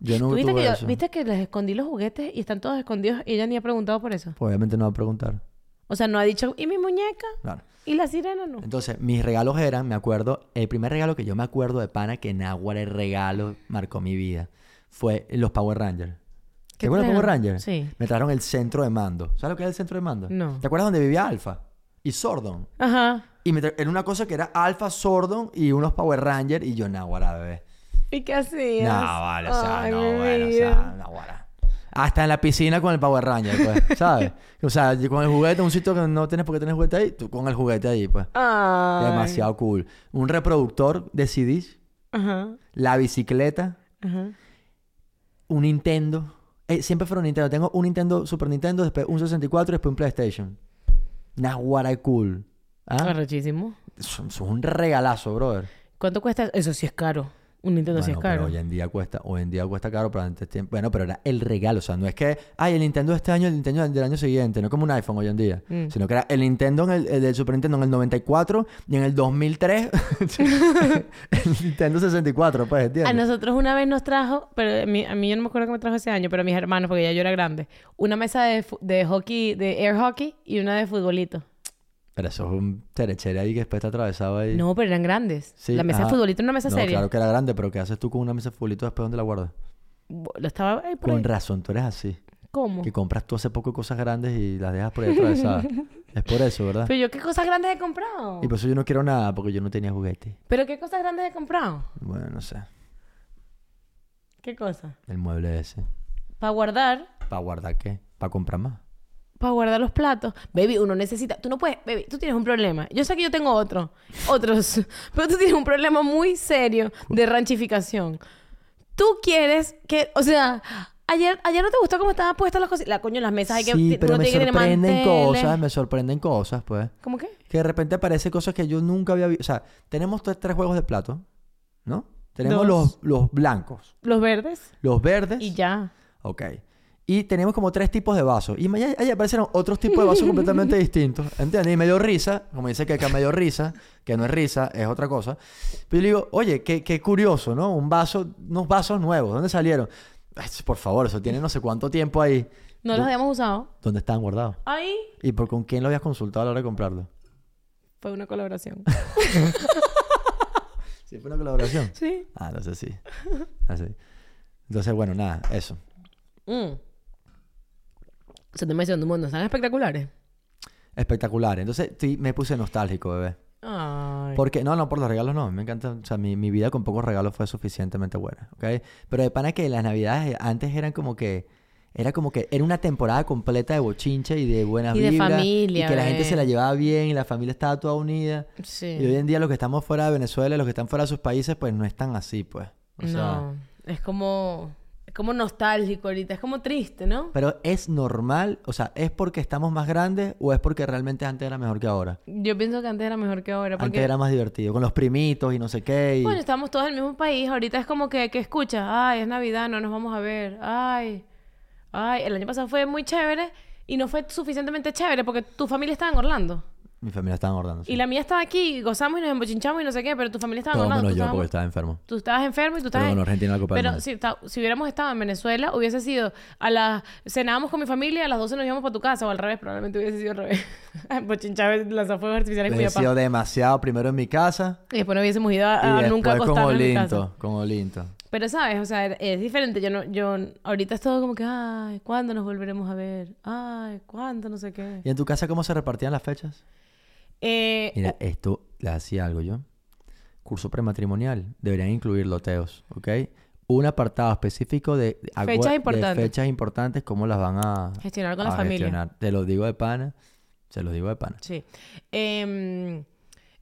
[SPEAKER 1] Yo no
[SPEAKER 2] ¿Tú viste,
[SPEAKER 1] tuve
[SPEAKER 2] que yo-
[SPEAKER 1] eso.
[SPEAKER 2] viste que les escondí los juguetes y están todos escondidos y ella ni ha preguntado por eso?
[SPEAKER 1] Pues obviamente no va a preguntar.
[SPEAKER 2] O sea, no ha dicho, ¿y mi muñeca?
[SPEAKER 1] Claro.
[SPEAKER 2] ¿Y la sirena no?
[SPEAKER 1] Entonces, mis regalos eran, me acuerdo, el primer regalo que yo me acuerdo de pana que Nahuatl el regalo marcó mi vida fue los Power Rangers. ¿Te
[SPEAKER 2] ¿Qué
[SPEAKER 1] acuerdas de
[SPEAKER 2] trajeron?
[SPEAKER 1] Power Rangers?
[SPEAKER 2] Sí.
[SPEAKER 1] Me trajeron el centro de mando. ¿Sabes lo que era el centro de mando?
[SPEAKER 2] No.
[SPEAKER 1] ¿Te acuerdas donde vivía Alfa? Y Sordon.
[SPEAKER 2] Ajá.
[SPEAKER 1] Y me tra- era una cosa que era Alfa, Sordon y unos Power Rangers y yo Nahuara, bebé.
[SPEAKER 2] ¿Y qué hacías?
[SPEAKER 1] No, vale, o sea,
[SPEAKER 2] Ay,
[SPEAKER 1] no,
[SPEAKER 2] mi
[SPEAKER 1] bueno, o sea,
[SPEAKER 2] vida.
[SPEAKER 1] no, bueno. Hasta en la piscina con el Power Ranger, pues, ¿sabes? O sea, y con el juguete, un sitio que no tienes por qué tener juguete ahí, tú con el juguete ahí, pues.
[SPEAKER 2] Ay.
[SPEAKER 1] Demasiado cool. Un reproductor de CDs,
[SPEAKER 2] Ajá,
[SPEAKER 1] la bicicleta,
[SPEAKER 2] ajá.
[SPEAKER 1] un Nintendo. Eh, siempre fueron Nintendo. Tengo un Nintendo, Super Nintendo, después un 64 y después un PlayStation. Nahuara de cool. ¿Ah?
[SPEAKER 2] Arrechísimo.
[SPEAKER 1] Eso eso es un regalazo, brother.
[SPEAKER 2] ¿Cuánto cuesta? Eso sí es caro. Un Nintendo sí es
[SPEAKER 1] Bueno, pero
[SPEAKER 2] caro.
[SPEAKER 1] hoy en día cuesta, hoy en día cuesta caro, pero antes tiemp- bueno, pero era el regalo, o sea, no es que, ay, el Nintendo de este año, el Nintendo del año siguiente, no como un iPhone hoy en día,
[SPEAKER 2] Mm.
[SPEAKER 1] sino que era el Nintendo en el, el del Super Nintendo en el 94 y en el 2003 el Nintendo 64, pues,
[SPEAKER 2] A
[SPEAKER 1] ¿entiendes?
[SPEAKER 2] nosotros una vez nos trajo, pero a mí, a mí yo no me acuerdo que me trajo ese año, pero a mis hermanos, porque ya yo era grande, una mesa de, fu- de hockey, de air hockey y una de futbolito.
[SPEAKER 1] Pero eso es un terechere ahí que después te atravesaba ahí.
[SPEAKER 2] No, pero eran grandes.
[SPEAKER 1] Sí,
[SPEAKER 2] la mesa
[SPEAKER 1] ajá.
[SPEAKER 2] de futbolito era una mesa
[SPEAKER 1] No,
[SPEAKER 2] seria.
[SPEAKER 1] claro que era grande, pero ¿qué haces tú con una mesa de futbolito después dónde la guardas?
[SPEAKER 2] Bo- Lo estaba ahí por
[SPEAKER 1] Con
[SPEAKER 2] ahí.
[SPEAKER 1] razón, tú eres así.
[SPEAKER 2] ¿Cómo?
[SPEAKER 1] Que compras tú hace poco cosas grandes y las dejas por ahí atravesadas. es por eso, ¿verdad?
[SPEAKER 2] Pero yo qué cosas grandes he comprado.
[SPEAKER 1] Y por eso yo no quiero nada, porque yo no tenía juguete.
[SPEAKER 2] Pero qué cosas grandes he comprado.
[SPEAKER 1] Pues Bueno, no sé.
[SPEAKER 2] ¿Qué cosa?
[SPEAKER 1] El mueble ese.
[SPEAKER 2] Para guardar
[SPEAKER 1] ¿Para guardar qué? ¿Para comprar más?
[SPEAKER 2] para guardar los platos. Baby, uno necesita. Tú no puedes. Baby, tú tienes un problema. Yo sé que yo tengo otro. Otros. Pero tú tienes un problema muy serio de ranchificación. Tú quieres que. O sea. Ayer, ayer no te gustó cómo estaban puestas las cosas. La coño, las mesas hay que.
[SPEAKER 1] sí,
[SPEAKER 2] uno
[SPEAKER 1] pero me
[SPEAKER 2] tiene que tener
[SPEAKER 1] sorprenden
[SPEAKER 2] manteles.
[SPEAKER 1] cosas, me sorprenden cosas, pues.
[SPEAKER 2] ¿Cómo qué?
[SPEAKER 1] Que de repente aparecen cosas que yo nunca había visto. O sea, tenemos tres, tres juegos de plato, ¿no? Tenemos los,
[SPEAKER 2] Dos.
[SPEAKER 1] los blancos,
[SPEAKER 2] Los verdes.
[SPEAKER 1] los verdes.
[SPEAKER 2] Y ya.
[SPEAKER 1] Ok. Y tenemos como tres tipos de vasos. Y ma- ahí aparecieron otros tipos de vasos completamente distintos. ¿Entiendes? Y me dio risa. Como dice que acá me dio risa. Que no es risa, es otra cosa. Pero yo le digo, oye, qué, qué curioso, ¿no? Un vaso, unos vasos nuevos. ¿Dónde salieron? Ay, Por favor, eso tiene no sé cuánto tiempo ahí.
[SPEAKER 2] No los habíamos usado.
[SPEAKER 1] ¿Dónde estaban guardados?
[SPEAKER 2] Ahí
[SPEAKER 1] ¿Y por con quién lo habías consultado a la hora de comprarlo?
[SPEAKER 2] fue una colaboración.
[SPEAKER 1] Sí, fue una colaboración.
[SPEAKER 2] sí.
[SPEAKER 1] Ah, no sé si. Así. Entonces, bueno, nada, eso.
[SPEAKER 2] Mm. Se te mencionó un mundo. Están espectaculares.
[SPEAKER 1] Espectacular. Entonces, estoy- me puse nostálgico, bebé.
[SPEAKER 2] Ay.
[SPEAKER 1] Porque, no, no, por los regalos no. Me encanta, o sea, mi, mi vida con pocos regalos fue suficientemente buena, ¿ok? Pero de pana que las navidades eh, antes eran como que, era como que, era una temporada completa de bochinche y de buenas
[SPEAKER 2] Y de
[SPEAKER 1] vibras,
[SPEAKER 2] familia,
[SPEAKER 1] Y que la gente
[SPEAKER 2] bebé.
[SPEAKER 1] se la llevaba bien y la familia estaba toda unida.
[SPEAKER 2] Sí.
[SPEAKER 1] Y hoy en día los que estamos fuera de Venezuela, los que están fuera de sus países, pues no están así, pues. O sea,
[SPEAKER 2] no, es como, es como nostálgico ahorita, es como triste, ¿no?
[SPEAKER 1] pero es normal, o sea, ¿es porque estamos más grandes o es porque realmente antes era mejor que ahora?
[SPEAKER 2] Yo pienso que antes era mejor que ahora, porque
[SPEAKER 1] Antes era más divertido, con los primitos y no sé qué. y-
[SPEAKER 2] bueno, estamos todos en el mismo país, ahorita es como que, que escucha, ay, es Navidad, no nos vamos a ver, ay, ay, el año pasado fue muy chévere y no fue suficientemente chévere porque tu familia estaba en Orlando
[SPEAKER 1] Mi familia estaba engordando. sí.
[SPEAKER 2] y la mía estaba aquí, y gozamos y nos embochinchamos y no sé qué, pero tu familia estaba en
[SPEAKER 1] Todo
[SPEAKER 2] Orlando.
[SPEAKER 1] menos
[SPEAKER 2] tú
[SPEAKER 1] yo
[SPEAKER 2] estabas-
[SPEAKER 1] porque estaba enfermo.
[SPEAKER 2] Tú estabas enfermo y tú estabas...
[SPEAKER 1] Pero bueno, Argentina la Copa del
[SPEAKER 2] Pero
[SPEAKER 1] Mundo.
[SPEAKER 2] si, ta- si hubiéramos estado en Venezuela, hubiese sido... A las... Cenábamos con mi familia, a las 12 nos íbamos para tu casa. O al revés, probablemente hubiese sido al revés. Pues Bochinchar lanzafuegos artificiales con mi
[SPEAKER 1] He
[SPEAKER 2] papá.
[SPEAKER 1] sido demasiado primero en mi casa
[SPEAKER 2] Y después no hubiésemos ido a,
[SPEAKER 1] y
[SPEAKER 2] a
[SPEAKER 1] después
[SPEAKER 2] Ah, nunca
[SPEAKER 1] con
[SPEAKER 2] acostarnos en mi casa.
[SPEAKER 1] Olinto, con Olinto.
[SPEAKER 2] Pero, ¿sabes? O sea, es- es diferente. Yo no... Yo... Ahorita es todo como que... Ay, ¿cuándo nos volveremos a ver? Ay, ¿cuándo? No sé qué.
[SPEAKER 1] ¿Y en tu casa cómo se repartían las fechas?
[SPEAKER 2] Eh,
[SPEAKER 1] Mira, esto le hacía algo yo. Curso prematrimonial, deberían incluir loteos, ¿ok? Un apartado específico de, de agua-
[SPEAKER 2] Fechas
[SPEAKER 1] de
[SPEAKER 2] importantes.
[SPEAKER 1] fechas importantes, cómo las van a
[SPEAKER 2] Gestionar con la
[SPEAKER 1] a
[SPEAKER 2] familia.
[SPEAKER 1] Ah, gestionar. Te lo digo de pana, se los digo de pana.
[SPEAKER 2] Sí. Em,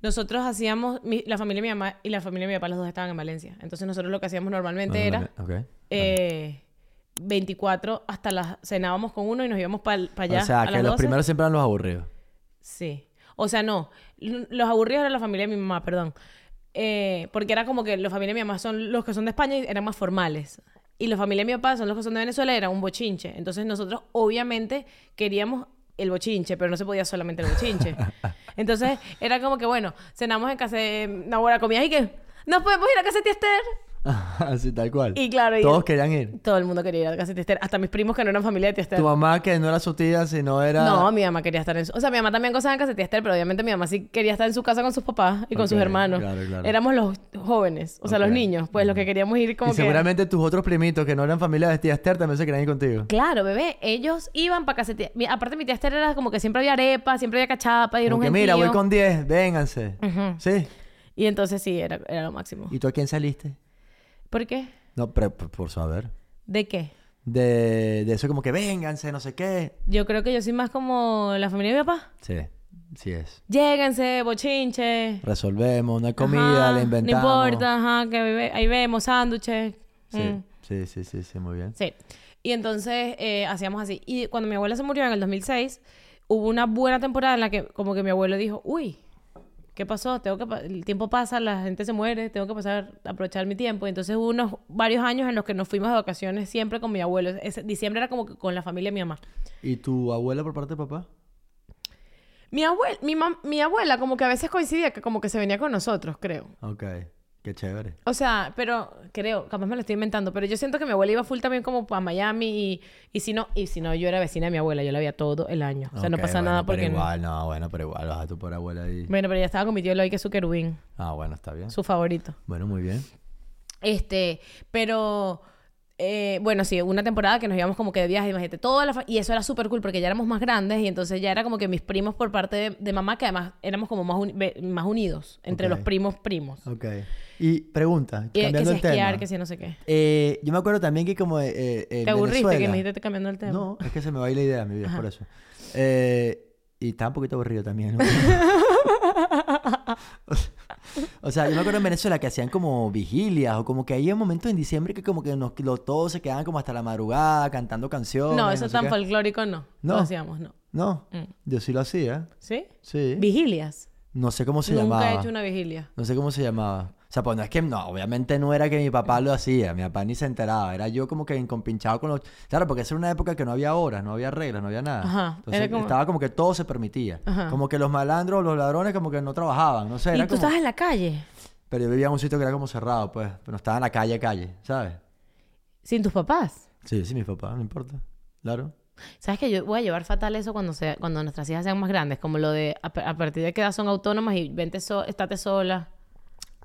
[SPEAKER 2] nosotros hacíamos... mi- la familia de mi mamá y la familia de mi papá, los dos estaban en Valencia. Entonces, nosotros lo que hacíamos normalmente era...
[SPEAKER 1] Ok.
[SPEAKER 2] eh, 24 hasta las cenábamos con uno y nos íbamos para allá.
[SPEAKER 1] o sea,
[SPEAKER 2] a
[SPEAKER 1] que
[SPEAKER 2] las
[SPEAKER 1] los
[SPEAKER 2] 12.
[SPEAKER 1] primeros siempre eran los aburridos.
[SPEAKER 2] Sí. O sea, no. L- Los aburridos eran la familia de mi mamá, perdón. Eh, porque era como que la familia de mi mamá son los que son de España y eran más formales. Y la familia de mi papá son los que son de Venezuela y era un bochinche. Entonces nosotros obviamente queríamos el bochinche, pero no se podía solamente el bochinche. Entonces era como que, bueno, cenamos en casa de Nahora, comías y que... Nos podemos ir a casa de tía Esther.
[SPEAKER 1] Así tal cual.
[SPEAKER 2] Y claro, y
[SPEAKER 1] Todos
[SPEAKER 2] el-
[SPEAKER 1] querían ir.
[SPEAKER 2] todo el mundo quería ir a la casa de Tiester. Hasta mis primos que no eran familia de Tiester.
[SPEAKER 1] Tu mamá, que no era su tía, sino era.
[SPEAKER 2] No, mi mamá quería estar en su... O sea, mi mamá también gozaba en casa de Tiester, pero obviamente mi mamá sí quería estar en su casa con sus papás y con sus
[SPEAKER 1] Ok,
[SPEAKER 2] hermanos.
[SPEAKER 1] claro, claro.
[SPEAKER 2] Éramos los jóvenes, o sea, los
[SPEAKER 1] Ok.
[SPEAKER 2] niños, pues los que queríamos ir como
[SPEAKER 1] y
[SPEAKER 2] que...
[SPEAKER 1] seguramente tus otros primitos que no eran familia de tía Esther también se querían ir contigo.
[SPEAKER 2] Claro, bebé, ellos iban para casa de Tiester. Mi- Aparte, mi Tiester era como que siempre había arepa, siempre había cachapa, y era
[SPEAKER 1] Como
[SPEAKER 2] un
[SPEAKER 1] que mira, voy
[SPEAKER 2] gentío.
[SPEAKER 1] con 10, vénganse.
[SPEAKER 2] Ujú.
[SPEAKER 1] Sí.
[SPEAKER 2] Y entonces sí, era, era lo máximo.
[SPEAKER 1] ¿Y tú a quién saliste?
[SPEAKER 2] ¿Por qué?
[SPEAKER 1] No, pero por por saber.
[SPEAKER 2] ¿De qué?
[SPEAKER 1] De, de eso como que vénganse, no sé qué.
[SPEAKER 2] Yo creo que yo soy más como la familia de mi papá.
[SPEAKER 1] Sí, sí es.
[SPEAKER 2] Lléguense, bochinche.
[SPEAKER 1] Resolvemos una comida,
[SPEAKER 2] Ajá,
[SPEAKER 1] la inventamos.
[SPEAKER 2] No importa, ajá, que vive- ahí vemos sándwiches.
[SPEAKER 1] Sí,
[SPEAKER 2] Mm,
[SPEAKER 1] sí, sí, sí, sí, muy bien.
[SPEAKER 2] sí. Y entonces eh, hacíamos así. Y cuando mi abuela se murió en el 2006, hubo una buena temporada en la que como que mi abuelo dijo, uy, ¿qué pasó? Tengo que pa- el tiempo pasa, la gente se muere, tengo que pasar a aprovechar mi tiempo. Y entonces hubo unos varios años en los que nos fuimos de vacaciones siempre con mi abuelo. Ese- diciembre era como que con la familia de mi mamá.
[SPEAKER 1] ¿Y tu abuela por parte de papá?
[SPEAKER 2] Mi abuela, mi, mam- mi abuela como que a veces coincidía que como que se venía con nosotros, creo.
[SPEAKER 1] Ok, qué chévere.
[SPEAKER 2] O sea, pero creo, capaz me lo estoy inventando, pero yo siento que mi abuela iba full también como a Miami y, y si no, y si no, yo era vecina de mi abuela, yo la veía todo el año. O sea, no
[SPEAKER 1] Ok,
[SPEAKER 2] pasa
[SPEAKER 1] bueno,
[SPEAKER 2] nada
[SPEAKER 1] pero
[SPEAKER 2] porque... no-
[SPEAKER 1] igual, no, bueno, pero igual, vas a tu pobre abuela ahí.
[SPEAKER 2] Bueno, pero ya estaba con mi tío Eloy, que es su querubín,
[SPEAKER 1] Ah, bueno, está bien.
[SPEAKER 2] su favorito.
[SPEAKER 1] Bueno, muy bien.
[SPEAKER 2] Este, pero... eh, bueno, sí, una temporada que nos íbamos como que de viaje, imagínate, toda la fa- y eso era súper cool porque ya éramos más grandes y entonces ya era como que mis primos por parte de, de mamá, que además éramos como más, uni- ve- más unidos entre
[SPEAKER 1] Ok.
[SPEAKER 2] los primos primos.
[SPEAKER 1] Ok. Y pregunta,
[SPEAKER 2] Eh, que
[SPEAKER 1] cambiando
[SPEAKER 2] si
[SPEAKER 1] el tema.
[SPEAKER 2] esquiar, que si no sé qué.
[SPEAKER 1] Eh, yo me acuerdo también que como eh, eh, en
[SPEAKER 2] Te aburriste que
[SPEAKER 1] Venezuela-
[SPEAKER 2] me dijiste cambiando el tema.
[SPEAKER 1] No, es que se me va a ir la idea, mi vida, es por eso. Eh, y estaba un poquito aburrido también. ¿no? o sea, yo me acuerdo en Venezuela que hacían como vigilias o como que había momentos en diciembre que como que nos, lo- todos se quedaban como hasta la madrugada cantando canciones.
[SPEAKER 2] No, eso
[SPEAKER 1] sé
[SPEAKER 2] tan Mm.
[SPEAKER 1] qué.
[SPEAKER 2] folclórico no.
[SPEAKER 1] No.
[SPEAKER 2] No. Lo hacíamos, no.
[SPEAKER 1] No, yo sí lo hacía.
[SPEAKER 2] ¿Sí?
[SPEAKER 1] Sí.
[SPEAKER 2] Vigilias.
[SPEAKER 1] No sé cómo se
[SPEAKER 2] Nunca
[SPEAKER 1] llamaba.
[SPEAKER 2] he hecho una vigilia.
[SPEAKER 1] No sé cómo se llamaba. O sea, pues no es que, no, obviamente no era que mi papá lo hacía, mi papá ni se enteraba, era yo como que encompinchado con los... Claro, porque esa era una época que no había horas, no había reglas, no había nada.
[SPEAKER 2] Ajá,
[SPEAKER 1] Entonces
[SPEAKER 2] era como-
[SPEAKER 1] estaba como que todo se permitía.
[SPEAKER 2] Ajá.
[SPEAKER 1] Como que los malandros, los ladrones como que no trabajaban, no sé,
[SPEAKER 2] ¿Y
[SPEAKER 1] era como...
[SPEAKER 2] tú estabas en la calle?
[SPEAKER 1] Pero yo vivía en un sitio que era como cerrado, pues, pero estaba en la calle, calle, ¿sabes?
[SPEAKER 2] Sin tus papás.
[SPEAKER 1] Sí, sí, mi papá, no importa, claro.
[SPEAKER 2] ¿Sabes que yo voy a llevar fatal eso cuando sea, cuando nuestras hijas sean más grandes? Como lo de a, a partir de qué edad son autónomas y vente so- estate sola.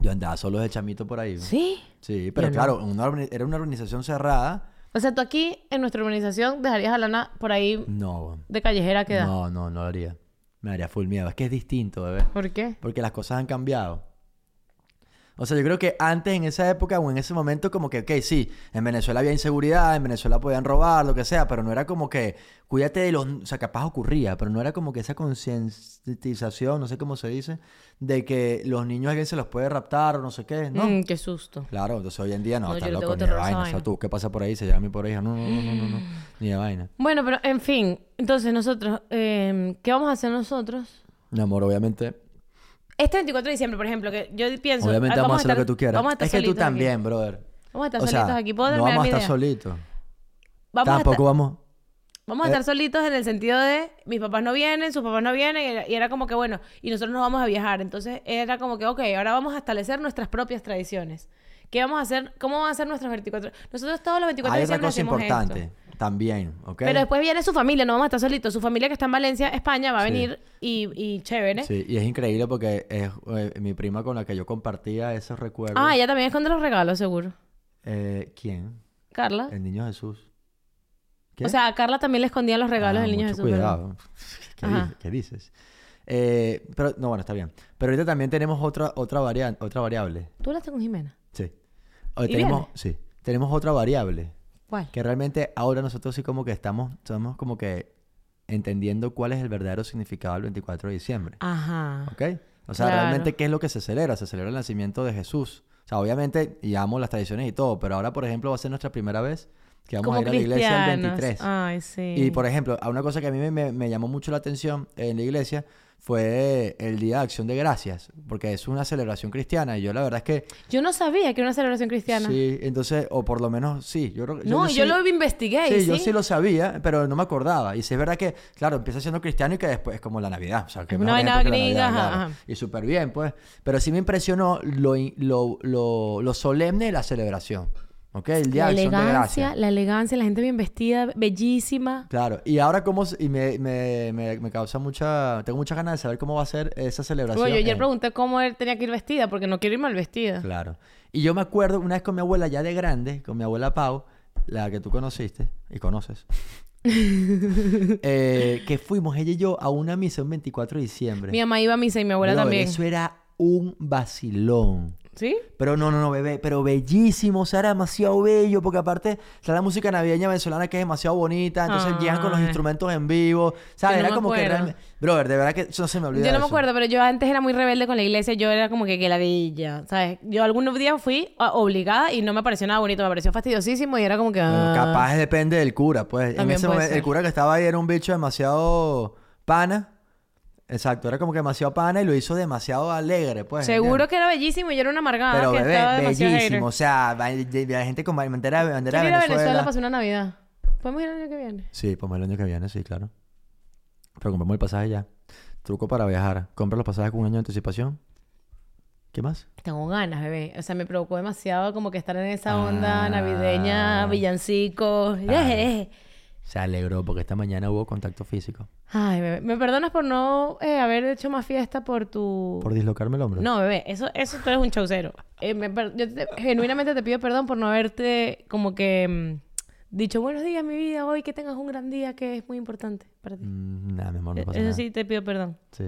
[SPEAKER 1] Yo andaba solo de chamito por ahí.
[SPEAKER 2] ¿Sí?
[SPEAKER 1] Sí, pero
[SPEAKER 2] Yo no.
[SPEAKER 1] claro, una organi- era una organización cerrada.
[SPEAKER 2] O sea, tú aquí en nuestra urbanización dejarías a Lana por ahí
[SPEAKER 1] No,
[SPEAKER 2] de callejera que da.
[SPEAKER 1] no, no, no lo haría. Me daría full miedo, es que es distinto, bebé.
[SPEAKER 2] ¿Por qué?
[SPEAKER 1] Porque las cosas han cambiado. O sea, yo creo que antes, en esa época o en ese momento, como que, ok, sí, en Venezuela había inseguridad, en Venezuela podían robar, lo que sea, pero no era como que, cuídate de los. O sea, capaz ocurría, pero no era como que esa concientización, no sé cómo se dice, de que los niños alguien se los puede raptar o no sé qué, ¿no?
[SPEAKER 2] Mm, qué susto.
[SPEAKER 1] Claro, entonces hoy en día no,
[SPEAKER 2] No,
[SPEAKER 1] está
[SPEAKER 2] yo
[SPEAKER 1] loco,
[SPEAKER 2] le tengo
[SPEAKER 1] ni de
[SPEAKER 2] terror a esa
[SPEAKER 1] vaina. O sea,
[SPEAKER 2] vaina. Mm.
[SPEAKER 1] tú, ¿qué pasa por ahí? Se llama mi pobre hija. No, no, no, no, no, no, ni de vaina.
[SPEAKER 2] Bueno, pero en fin. Entonces nosotros, eh, ¿qué vamos a hacer nosotros?
[SPEAKER 1] Mi amor, obviamente,
[SPEAKER 2] Este 24 de diciembre, por ejemplo, que yo pienso...
[SPEAKER 1] obviamente
[SPEAKER 2] ah,
[SPEAKER 1] vamos a hacer lo
[SPEAKER 2] estar-
[SPEAKER 1] que tú quieras.
[SPEAKER 2] Vamos a estar
[SPEAKER 1] Es que tú
[SPEAKER 2] solitos aquí.
[SPEAKER 1] también, brother.
[SPEAKER 2] Vamos a estar
[SPEAKER 1] O sea,
[SPEAKER 2] solitos aquí. ¿Puedo
[SPEAKER 1] no
[SPEAKER 2] terminar
[SPEAKER 1] vamos a
[SPEAKER 2] mi
[SPEAKER 1] estar
[SPEAKER 2] idea?
[SPEAKER 1] solitos.
[SPEAKER 2] Vamos a,
[SPEAKER 1] Tampoco eh,
[SPEAKER 2] estar,
[SPEAKER 1] vamos.
[SPEAKER 2] vamos a estar solitos en el sentido de mis papás no vienen, sus papás no vienen, y era, y era como que bueno, y nosotros nos vamos a viajar. Entonces era como que, ok, ahora vamos a establecer nuestras propias tradiciones. ¿Qué vamos a hacer? ¿Cómo van a ser nuestros 24? Nosotros todos los 24
[SPEAKER 1] Hay
[SPEAKER 2] de
[SPEAKER 1] otra
[SPEAKER 2] diciembre
[SPEAKER 1] cosa
[SPEAKER 2] hacemos
[SPEAKER 1] importante
[SPEAKER 2] esto.
[SPEAKER 1] también, ¿ok?
[SPEAKER 2] Pero después viene su familia, no vamos a estar solitos. Su familia que está en Valencia, España, va a
[SPEAKER 1] Sí.
[SPEAKER 2] venir y, y chévere.
[SPEAKER 1] Sí, y es increíble porque es eh, mi prima con la que yo compartía esos recuerdos.
[SPEAKER 2] Ah, ella también esconde los regalos, seguro.
[SPEAKER 1] Eh, ¿Quién?
[SPEAKER 2] Carla.
[SPEAKER 1] El niño Jesús. ¿Qué?
[SPEAKER 2] O sea, a Carla también le escondían los regalos
[SPEAKER 1] Ah,
[SPEAKER 2] del niño
[SPEAKER 1] mucho
[SPEAKER 2] Jesús. ¿verdad?
[SPEAKER 1] Cuidado. ¿Qué,
[SPEAKER 2] Ajá.
[SPEAKER 1] dices? ¿Qué dices? Eh, pero, no, bueno, está bien. Pero ahorita también tenemos otra, otra, variante, otra variable.
[SPEAKER 2] ¿Tú hablaste con Jimena?
[SPEAKER 1] Sí. Hoy
[SPEAKER 2] ¿Y
[SPEAKER 1] tenemos,
[SPEAKER 2] viene?
[SPEAKER 1] sí. Tenemos otra variable.
[SPEAKER 2] ¿Cuál?
[SPEAKER 1] Que realmente ahora nosotros sí como que estamos, estamos como que entendiendo cuál es el verdadero significado del 24 de diciembre.
[SPEAKER 2] Ajá.
[SPEAKER 1] ¿Ok? O sea,
[SPEAKER 2] Claro.
[SPEAKER 1] realmente, ¿qué es lo que se celebra? Se celebra el nacimiento de Jesús. O sea, obviamente, y amo las tradiciones y todo, pero ahora, por ejemplo, va a ser nuestra primera vez que vamos a ir a la iglesia el 23.
[SPEAKER 2] Ay, sí.
[SPEAKER 1] Y, por ejemplo, a una cosa que a mí me, me- me llamó mucho la atención en la iglesia fue el Día de Acción de Gracias, porque es una celebración cristiana y yo la verdad es que
[SPEAKER 2] Yo no sabía que era una celebración cristiana.
[SPEAKER 1] sí, entonces, o por lo menos sí, yo creo que...
[SPEAKER 2] no, yo,
[SPEAKER 1] sí-
[SPEAKER 2] lo investigué.
[SPEAKER 1] Sí,
[SPEAKER 2] y
[SPEAKER 1] yo sí lo sabía, pero no me acordaba. Y sí es verdad que, claro, empieza siendo cristiano y que después es como la Navidad. O sea, que
[SPEAKER 2] Es una
[SPEAKER 1] mejor
[SPEAKER 2] vaina
[SPEAKER 1] ejemplo que la
[SPEAKER 2] gringa,
[SPEAKER 1] Navidad,
[SPEAKER 2] ajá,
[SPEAKER 1] claro.
[SPEAKER 2] ajá.
[SPEAKER 1] Y súper bien, pues. Pero sí me impresionó lo, in- lo, lo, lo solemne de la celebración. ¿Ok? El día
[SPEAKER 2] la
[SPEAKER 1] de Acción de
[SPEAKER 2] elegancia,
[SPEAKER 1] Gracias.
[SPEAKER 2] la elegancia, la gente bien vestida, bellísima.
[SPEAKER 1] Claro. Y ahora, ¿cómo? se- Y me, me, me, me causa mucha. Tengo muchas ganas de saber cómo va a ser esa celebración.
[SPEAKER 2] Bueno, yo ayer
[SPEAKER 1] en-
[SPEAKER 2] pregunté cómo él tenía que ir vestida, porque no quiero ir mal vestida.
[SPEAKER 1] eh. Claro. Y yo me acuerdo una vez con mi abuela ya de grande, con mi abuela Pau, la que tú conociste y conoces. eh, que fuimos ella y yo a una misa un 24 de diciembre.
[SPEAKER 2] Mi mamá iba a misa y mi abuela
[SPEAKER 1] Brother,
[SPEAKER 2] también.
[SPEAKER 1] Eso era un vacilón.
[SPEAKER 2] ¿Sí?
[SPEAKER 1] Pero no, no, no, bebé, pero bellísimo, o sea, era demasiado bello, porque aparte, o sea, la música navideña venezolana que es demasiado bonita, entonces
[SPEAKER 2] Ay.
[SPEAKER 1] llegan con los instrumentos en vivo, ¿sabes?
[SPEAKER 2] Yo no
[SPEAKER 1] era
[SPEAKER 2] me
[SPEAKER 1] como que
[SPEAKER 2] acuerdo.
[SPEAKER 1] realmente... Brother, de verdad que eso no se me olvida
[SPEAKER 2] Yo no me
[SPEAKER 1] eso.
[SPEAKER 2] acuerdo, pero yo antes era muy rebelde con la iglesia, yo era como que que la villa, ¿sabes? Yo algunos días fui ah, obligada y no me pareció nada bonito, me pareció fastidiosísimo y era como que...
[SPEAKER 1] Bueno,
[SPEAKER 2] ah.
[SPEAKER 1] capaz depende del cura, pues. En
[SPEAKER 2] También
[SPEAKER 1] ese
[SPEAKER 2] puede
[SPEAKER 1] momento, el
[SPEAKER 2] ser.
[SPEAKER 1] cura que estaba ahí era un bicho demasiado pana. Exacto, era como que demasiado pana y lo hizo demasiado alegre, pues.
[SPEAKER 2] Seguro
[SPEAKER 1] ¿entiendes?
[SPEAKER 2] que era bellísimo y yo era una amargada
[SPEAKER 1] Pero
[SPEAKER 2] que estaba
[SPEAKER 1] bebé,
[SPEAKER 2] demasiado
[SPEAKER 1] bellísimo.
[SPEAKER 2] hater.
[SPEAKER 1] O sea, va- y- y la gente con bandera, bandera de
[SPEAKER 2] Quiero ir a
[SPEAKER 1] Venezuela.
[SPEAKER 2] Venezuela para hacer una Navidad. ¿Podemos ir el año que viene?
[SPEAKER 1] Sí, pues el año que viene, sí, claro. Pero compramos el pasaje ya. Truco para viajar. Compra los pasajes con un año de anticipación. ¿Qué más?
[SPEAKER 2] Tengo ganas, bebé. O sea, me provocó demasiado como que estar en esa onda
[SPEAKER 1] Ah.
[SPEAKER 2] navideña, villancicos.
[SPEAKER 1] Claro. Se alegró porque esta mañana hubo contacto físico.
[SPEAKER 2] Ay, bebé. ¿Me perdonas por no eh, haber hecho más fiesta por tu...
[SPEAKER 1] Por dislocarme el hombro.
[SPEAKER 2] No, bebé, eso, eso tú eres un chaucero. Eh, me per- yo te- genuinamente te pido perdón por no haberte como que mm, dicho buenos días, mi vida, hoy que tengas un gran día que es muy importante para ti.
[SPEAKER 1] Mm, Nada, mi amor, no
[SPEAKER 2] Eh,
[SPEAKER 1] pasa
[SPEAKER 2] eso
[SPEAKER 1] nada.
[SPEAKER 2] sí, te pido perdón.
[SPEAKER 1] Sí.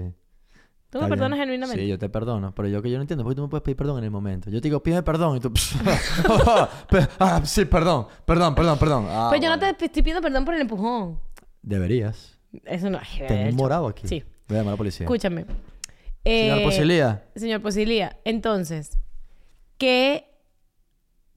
[SPEAKER 2] Tú
[SPEAKER 1] Está
[SPEAKER 2] me
[SPEAKER 1] bien.
[SPEAKER 2] perdonas genuinamente.
[SPEAKER 1] Sí, yo te perdono. Pero yo que yo no entiendo, porque tú me puedes pedir perdón en el momento. Yo te digo, pídeme perdón. Y tú. Pe- ah, sí, perdón, perdón, perdón, perdón. Ah,
[SPEAKER 2] Pero Pues yo no
[SPEAKER 1] bueno.
[SPEAKER 2] te te estoy pidiendo perdón por el empujón.
[SPEAKER 1] Deberías.
[SPEAKER 2] Eso no es.
[SPEAKER 1] Tengo un morado aquí.
[SPEAKER 2] Sí.
[SPEAKER 1] Voy a llamar a la policía.
[SPEAKER 2] Escúchame.
[SPEAKER 1] Señor pues,
[SPEAKER 2] Eh,
[SPEAKER 1] Posilía.
[SPEAKER 2] Señor Posilía, entonces, ¿qué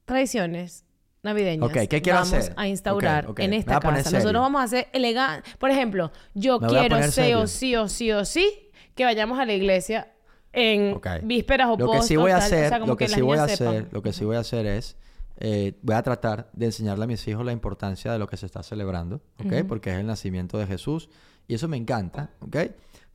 [SPEAKER 2] tradiciones navideñas
[SPEAKER 1] Ok, ¿qué quiero
[SPEAKER 2] vamos
[SPEAKER 1] hacer?
[SPEAKER 2] a instaurar
[SPEAKER 1] Ok, ok,
[SPEAKER 2] en
[SPEAKER 1] me
[SPEAKER 2] esta
[SPEAKER 1] voy a poner
[SPEAKER 2] casa?
[SPEAKER 1] serio.
[SPEAKER 2] Nosotros vamos a hacer elegante. Por ejemplo, yo
[SPEAKER 1] Me voy a
[SPEAKER 2] quiero
[SPEAKER 1] poner
[SPEAKER 2] sí
[SPEAKER 1] serio.
[SPEAKER 2] o sí o sí o sí que vayamos a la iglesia en
[SPEAKER 1] Ok.
[SPEAKER 2] vísperas o
[SPEAKER 1] Lo que sí voy a
[SPEAKER 2] postos, tal, o
[SPEAKER 1] hacer,
[SPEAKER 2] sea, como
[SPEAKER 1] lo que,
[SPEAKER 2] las
[SPEAKER 1] sí voy a
[SPEAKER 2] niñas
[SPEAKER 1] hacer,
[SPEAKER 2] sepan.
[SPEAKER 1] lo que sí voy a hacer es eh, voy a tratar de enseñarle a mis hijos la importancia de lo que se está celebrando, ¿ok? Porque es el nacimiento de Jesús y eso me encanta, ¿ok?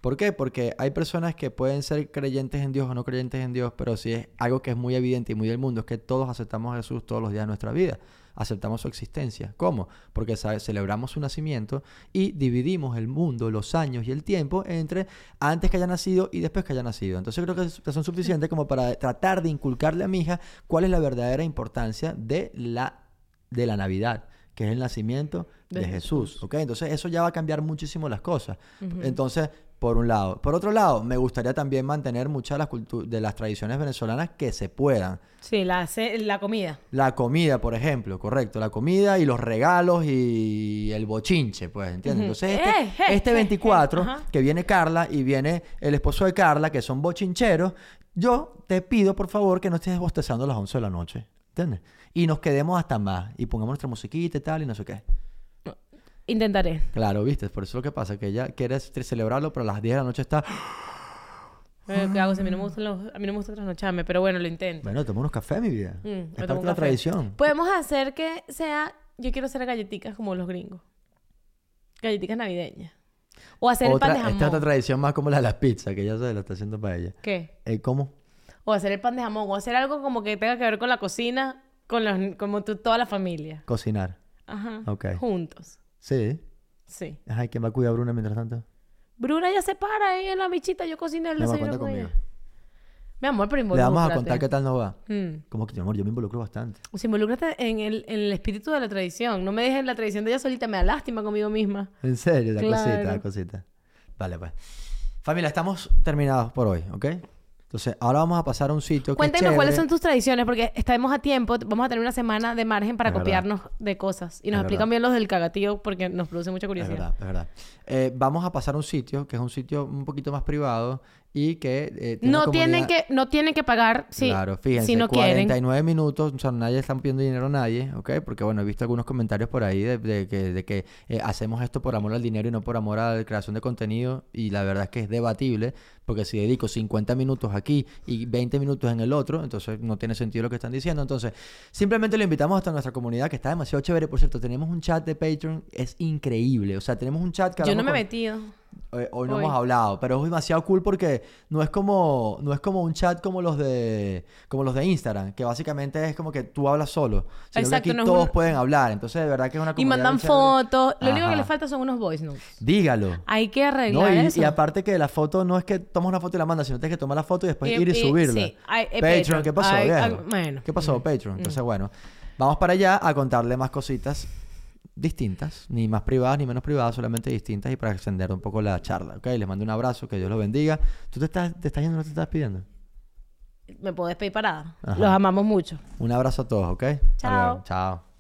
[SPEAKER 1] ¿Por qué? Porque hay personas que pueden ser creyentes en Dios o no creyentes en Dios, pero sí es algo que es muy evidente y muy del mundo, es que todos aceptamos a Jesús todos los días de nuestra vida, aceptamos su existencia. ¿Cómo? Porque ¿sabes? celebramos su nacimiento y dividimos el mundo, los años y el tiempo entre antes que haya nacido y después que haya nacido. Entonces creo que es son suficientes como para tratar de inculcarle a mi hija cuál es la verdadera importancia de la, de la Navidad, que es el nacimiento de,
[SPEAKER 2] De
[SPEAKER 1] Jesús. ¿ok? Entonces eso ya va a cambiar muchísimo las cosas. Entonces, por un lado. Por otro lado, me gustaría también mantener muchas de las, cultu- de las tradiciones venezolanas que se puedan.
[SPEAKER 2] Sí, la, ce- la comida.
[SPEAKER 1] La comida, por ejemplo, correcto. La comida y los regalos y el bochinche, pues, ¿entiendes? Entonces, este,
[SPEAKER 2] Eh, eh,
[SPEAKER 1] este
[SPEAKER 2] eh,
[SPEAKER 1] 24,
[SPEAKER 2] eh, ajá.
[SPEAKER 1] que viene Carla y viene el esposo de Carla, que son bochincheros, yo te pido, por favor, que no estés bostezando a las 11 de la noche, ¿entiendes? Y nos quedemos hasta más y pongamos nuestra musiquita y tal y no sé qué.
[SPEAKER 2] Intentaré.
[SPEAKER 1] Claro, ¿viste? Por eso es lo que pasa, que ella quiere ce- celebrarlo, pero a las 10 de la noche está...
[SPEAKER 2] Eh, ¿Qué hago? Si a mí no me gustan los- a mí no me gusta trasnocharme, pero bueno, lo intento.
[SPEAKER 1] Bueno, toma unos cafés, mi vida.
[SPEAKER 2] Mm, me
[SPEAKER 1] es
[SPEAKER 2] tomo
[SPEAKER 1] parte
[SPEAKER 2] un
[SPEAKER 1] de la
[SPEAKER 2] café.
[SPEAKER 1] tradición.
[SPEAKER 2] Podemos hacer que sea. Yo quiero hacer galletitas como los gringos. Galletitas navideñas. O hacer el
[SPEAKER 1] Otra-
[SPEAKER 2] pan de
[SPEAKER 1] esta es otra
[SPEAKER 2] jamón.
[SPEAKER 1] tradición más como la de las pizzas, que ella se la está haciendo para ella.
[SPEAKER 2] ¿Qué?
[SPEAKER 1] Eh, ¿Cómo?
[SPEAKER 2] O hacer el pan de jamón. O hacer algo como que tenga que ver con la cocina, con los, como tú- toda la familia.
[SPEAKER 1] Cocinar.
[SPEAKER 2] Ajá.
[SPEAKER 1] Ok.
[SPEAKER 2] Juntos.
[SPEAKER 1] Sí.
[SPEAKER 2] Sí.
[SPEAKER 1] Ajá, ¿y ¿quién va a cuidar a Bruna mientras tanto?
[SPEAKER 2] Bruna ya se para ahí en la michita. Yo cocino el
[SPEAKER 1] No me cuenta
[SPEAKER 2] desayuno con
[SPEAKER 1] conmigo.
[SPEAKER 2] ella. Mi amor, pero
[SPEAKER 1] Le
[SPEAKER 2] involúcrate.
[SPEAKER 1] vamos a contar qué tal nos va.
[SPEAKER 2] Mm.
[SPEAKER 1] Como que, mi amor, yo me involucro bastante.
[SPEAKER 2] O sea, involúcrate en el, en el espíritu de la tradición. No me dejes en la tradición de ella solita. Me da lástima conmigo misma.
[SPEAKER 1] En serio, la cosita, la
[SPEAKER 2] Claro.
[SPEAKER 1] cosita. Vale, pues. Familia, estamos terminados por hoy, ¿ok? Entonces, ahora vamos a pasar a un sitio que es
[SPEAKER 2] Cuéntanos cuáles son
[SPEAKER 1] chévere.
[SPEAKER 2] tus tradiciones, porque estamos a tiempo, t- vamos a tener una semana de margen para
[SPEAKER 1] Es verdad.
[SPEAKER 2] copiarnos de cosas. Y nos
[SPEAKER 1] Es
[SPEAKER 2] explican
[SPEAKER 1] verdad.
[SPEAKER 2] bien los del cagatío, porque nos produce mucha
[SPEAKER 1] Es
[SPEAKER 2] curiosidad.
[SPEAKER 1] verdad, es verdad. Eh, vamos a pasar a un sitio que es un sitio un poquito más privado y que... eh, tiene una
[SPEAKER 2] No tienen,
[SPEAKER 1] comunidad-
[SPEAKER 2] que, no tienen que pagar si,
[SPEAKER 1] claro, fíjense,
[SPEAKER 2] si no quieren.
[SPEAKER 1] 49 minutos, o sea, nadie está pidiendo dinero a nadie, ¿ok? Porque bueno, he visto algunos comentarios por ahí de, de que, de que eh, hacemos esto por amor al dinero y no por amor a la creación de contenido y la verdad es que es debatible porque si dedico 50 minutos aquí y 20 minutos en el otro, entonces no tiene sentido lo que están diciendo. Entonces, simplemente lo invitamos hasta nuestra comunidad que está demasiado chévere. Por cierto, tenemos un chat de Patreon, es increíble. O sea, tenemos un chat que
[SPEAKER 2] Yo
[SPEAKER 1] hablamos
[SPEAKER 2] no me he
[SPEAKER 1] con-
[SPEAKER 2] metido.
[SPEAKER 1] Eh, Hoy, hoy no
[SPEAKER 2] Hoy.
[SPEAKER 1] hemos hablado, pero es demasiado cool porque no es como no es como un chat como los de como los de Instagram, que básicamente es como que tú hablas solo, sino
[SPEAKER 2] Exacto,
[SPEAKER 1] que aquí
[SPEAKER 2] no es
[SPEAKER 1] todos
[SPEAKER 2] un-
[SPEAKER 1] pueden hablar, entonces de verdad que es una
[SPEAKER 2] Y
[SPEAKER 1] comunidad
[SPEAKER 2] mandan
[SPEAKER 1] bien chévere.
[SPEAKER 2] fotos. Lo único
[SPEAKER 1] Ajá.
[SPEAKER 2] que les falta son unos voice notes.
[SPEAKER 1] Dígalo.
[SPEAKER 2] Hay que
[SPEAKER 1] No,
[SPEAKER 2] arreglar
[SPEAKER 1] y,
[SPEAKER 2] eso.
[SPEAKER 1] y aparte que la foto no es que tomas una foto y la mandas, sino que tienes que tomar la foto y después
[SPEAKER 2] Y-
[SPEAKER 1] ir y
[SPEAKER 2] y-
[SPEAKER 1] subirla.
[SPEAKER 2] sí. Ay, eh,
[SPEAKER 1] Patreon,
[SPEAKER 2] Patreon.
[SPEAKER 1] ¿qué pasó?
[SPEAKER 2] Ay,
[SPEAKER 1] viejo?
[SPEAKER 2] ay, bueno. Mm.
[SPEAKER 1] ¿Qué pasó, Patreon? Entonces, bueno, vamos para allá a contarle más cositas distintas, ni más privadas ni menos privadas, solamente distintas y para extender un poco la charla, ¿ok? Les mando un abrazo, que Dios los bendiga. ¿Tú te estás, te estás yendo o no te estás pidiendo?
[SPEAKER 2] Me puedo despedir parada.
[SPEAKER 1] Ajá.
[SPEAKER 2] Los amamos mucho.
[SPEAKER 1] Un abrazo a todos, ¿ok? Hasta
[SPEAKER 2] Chao.
[SPEAKER 1] luego. Chao.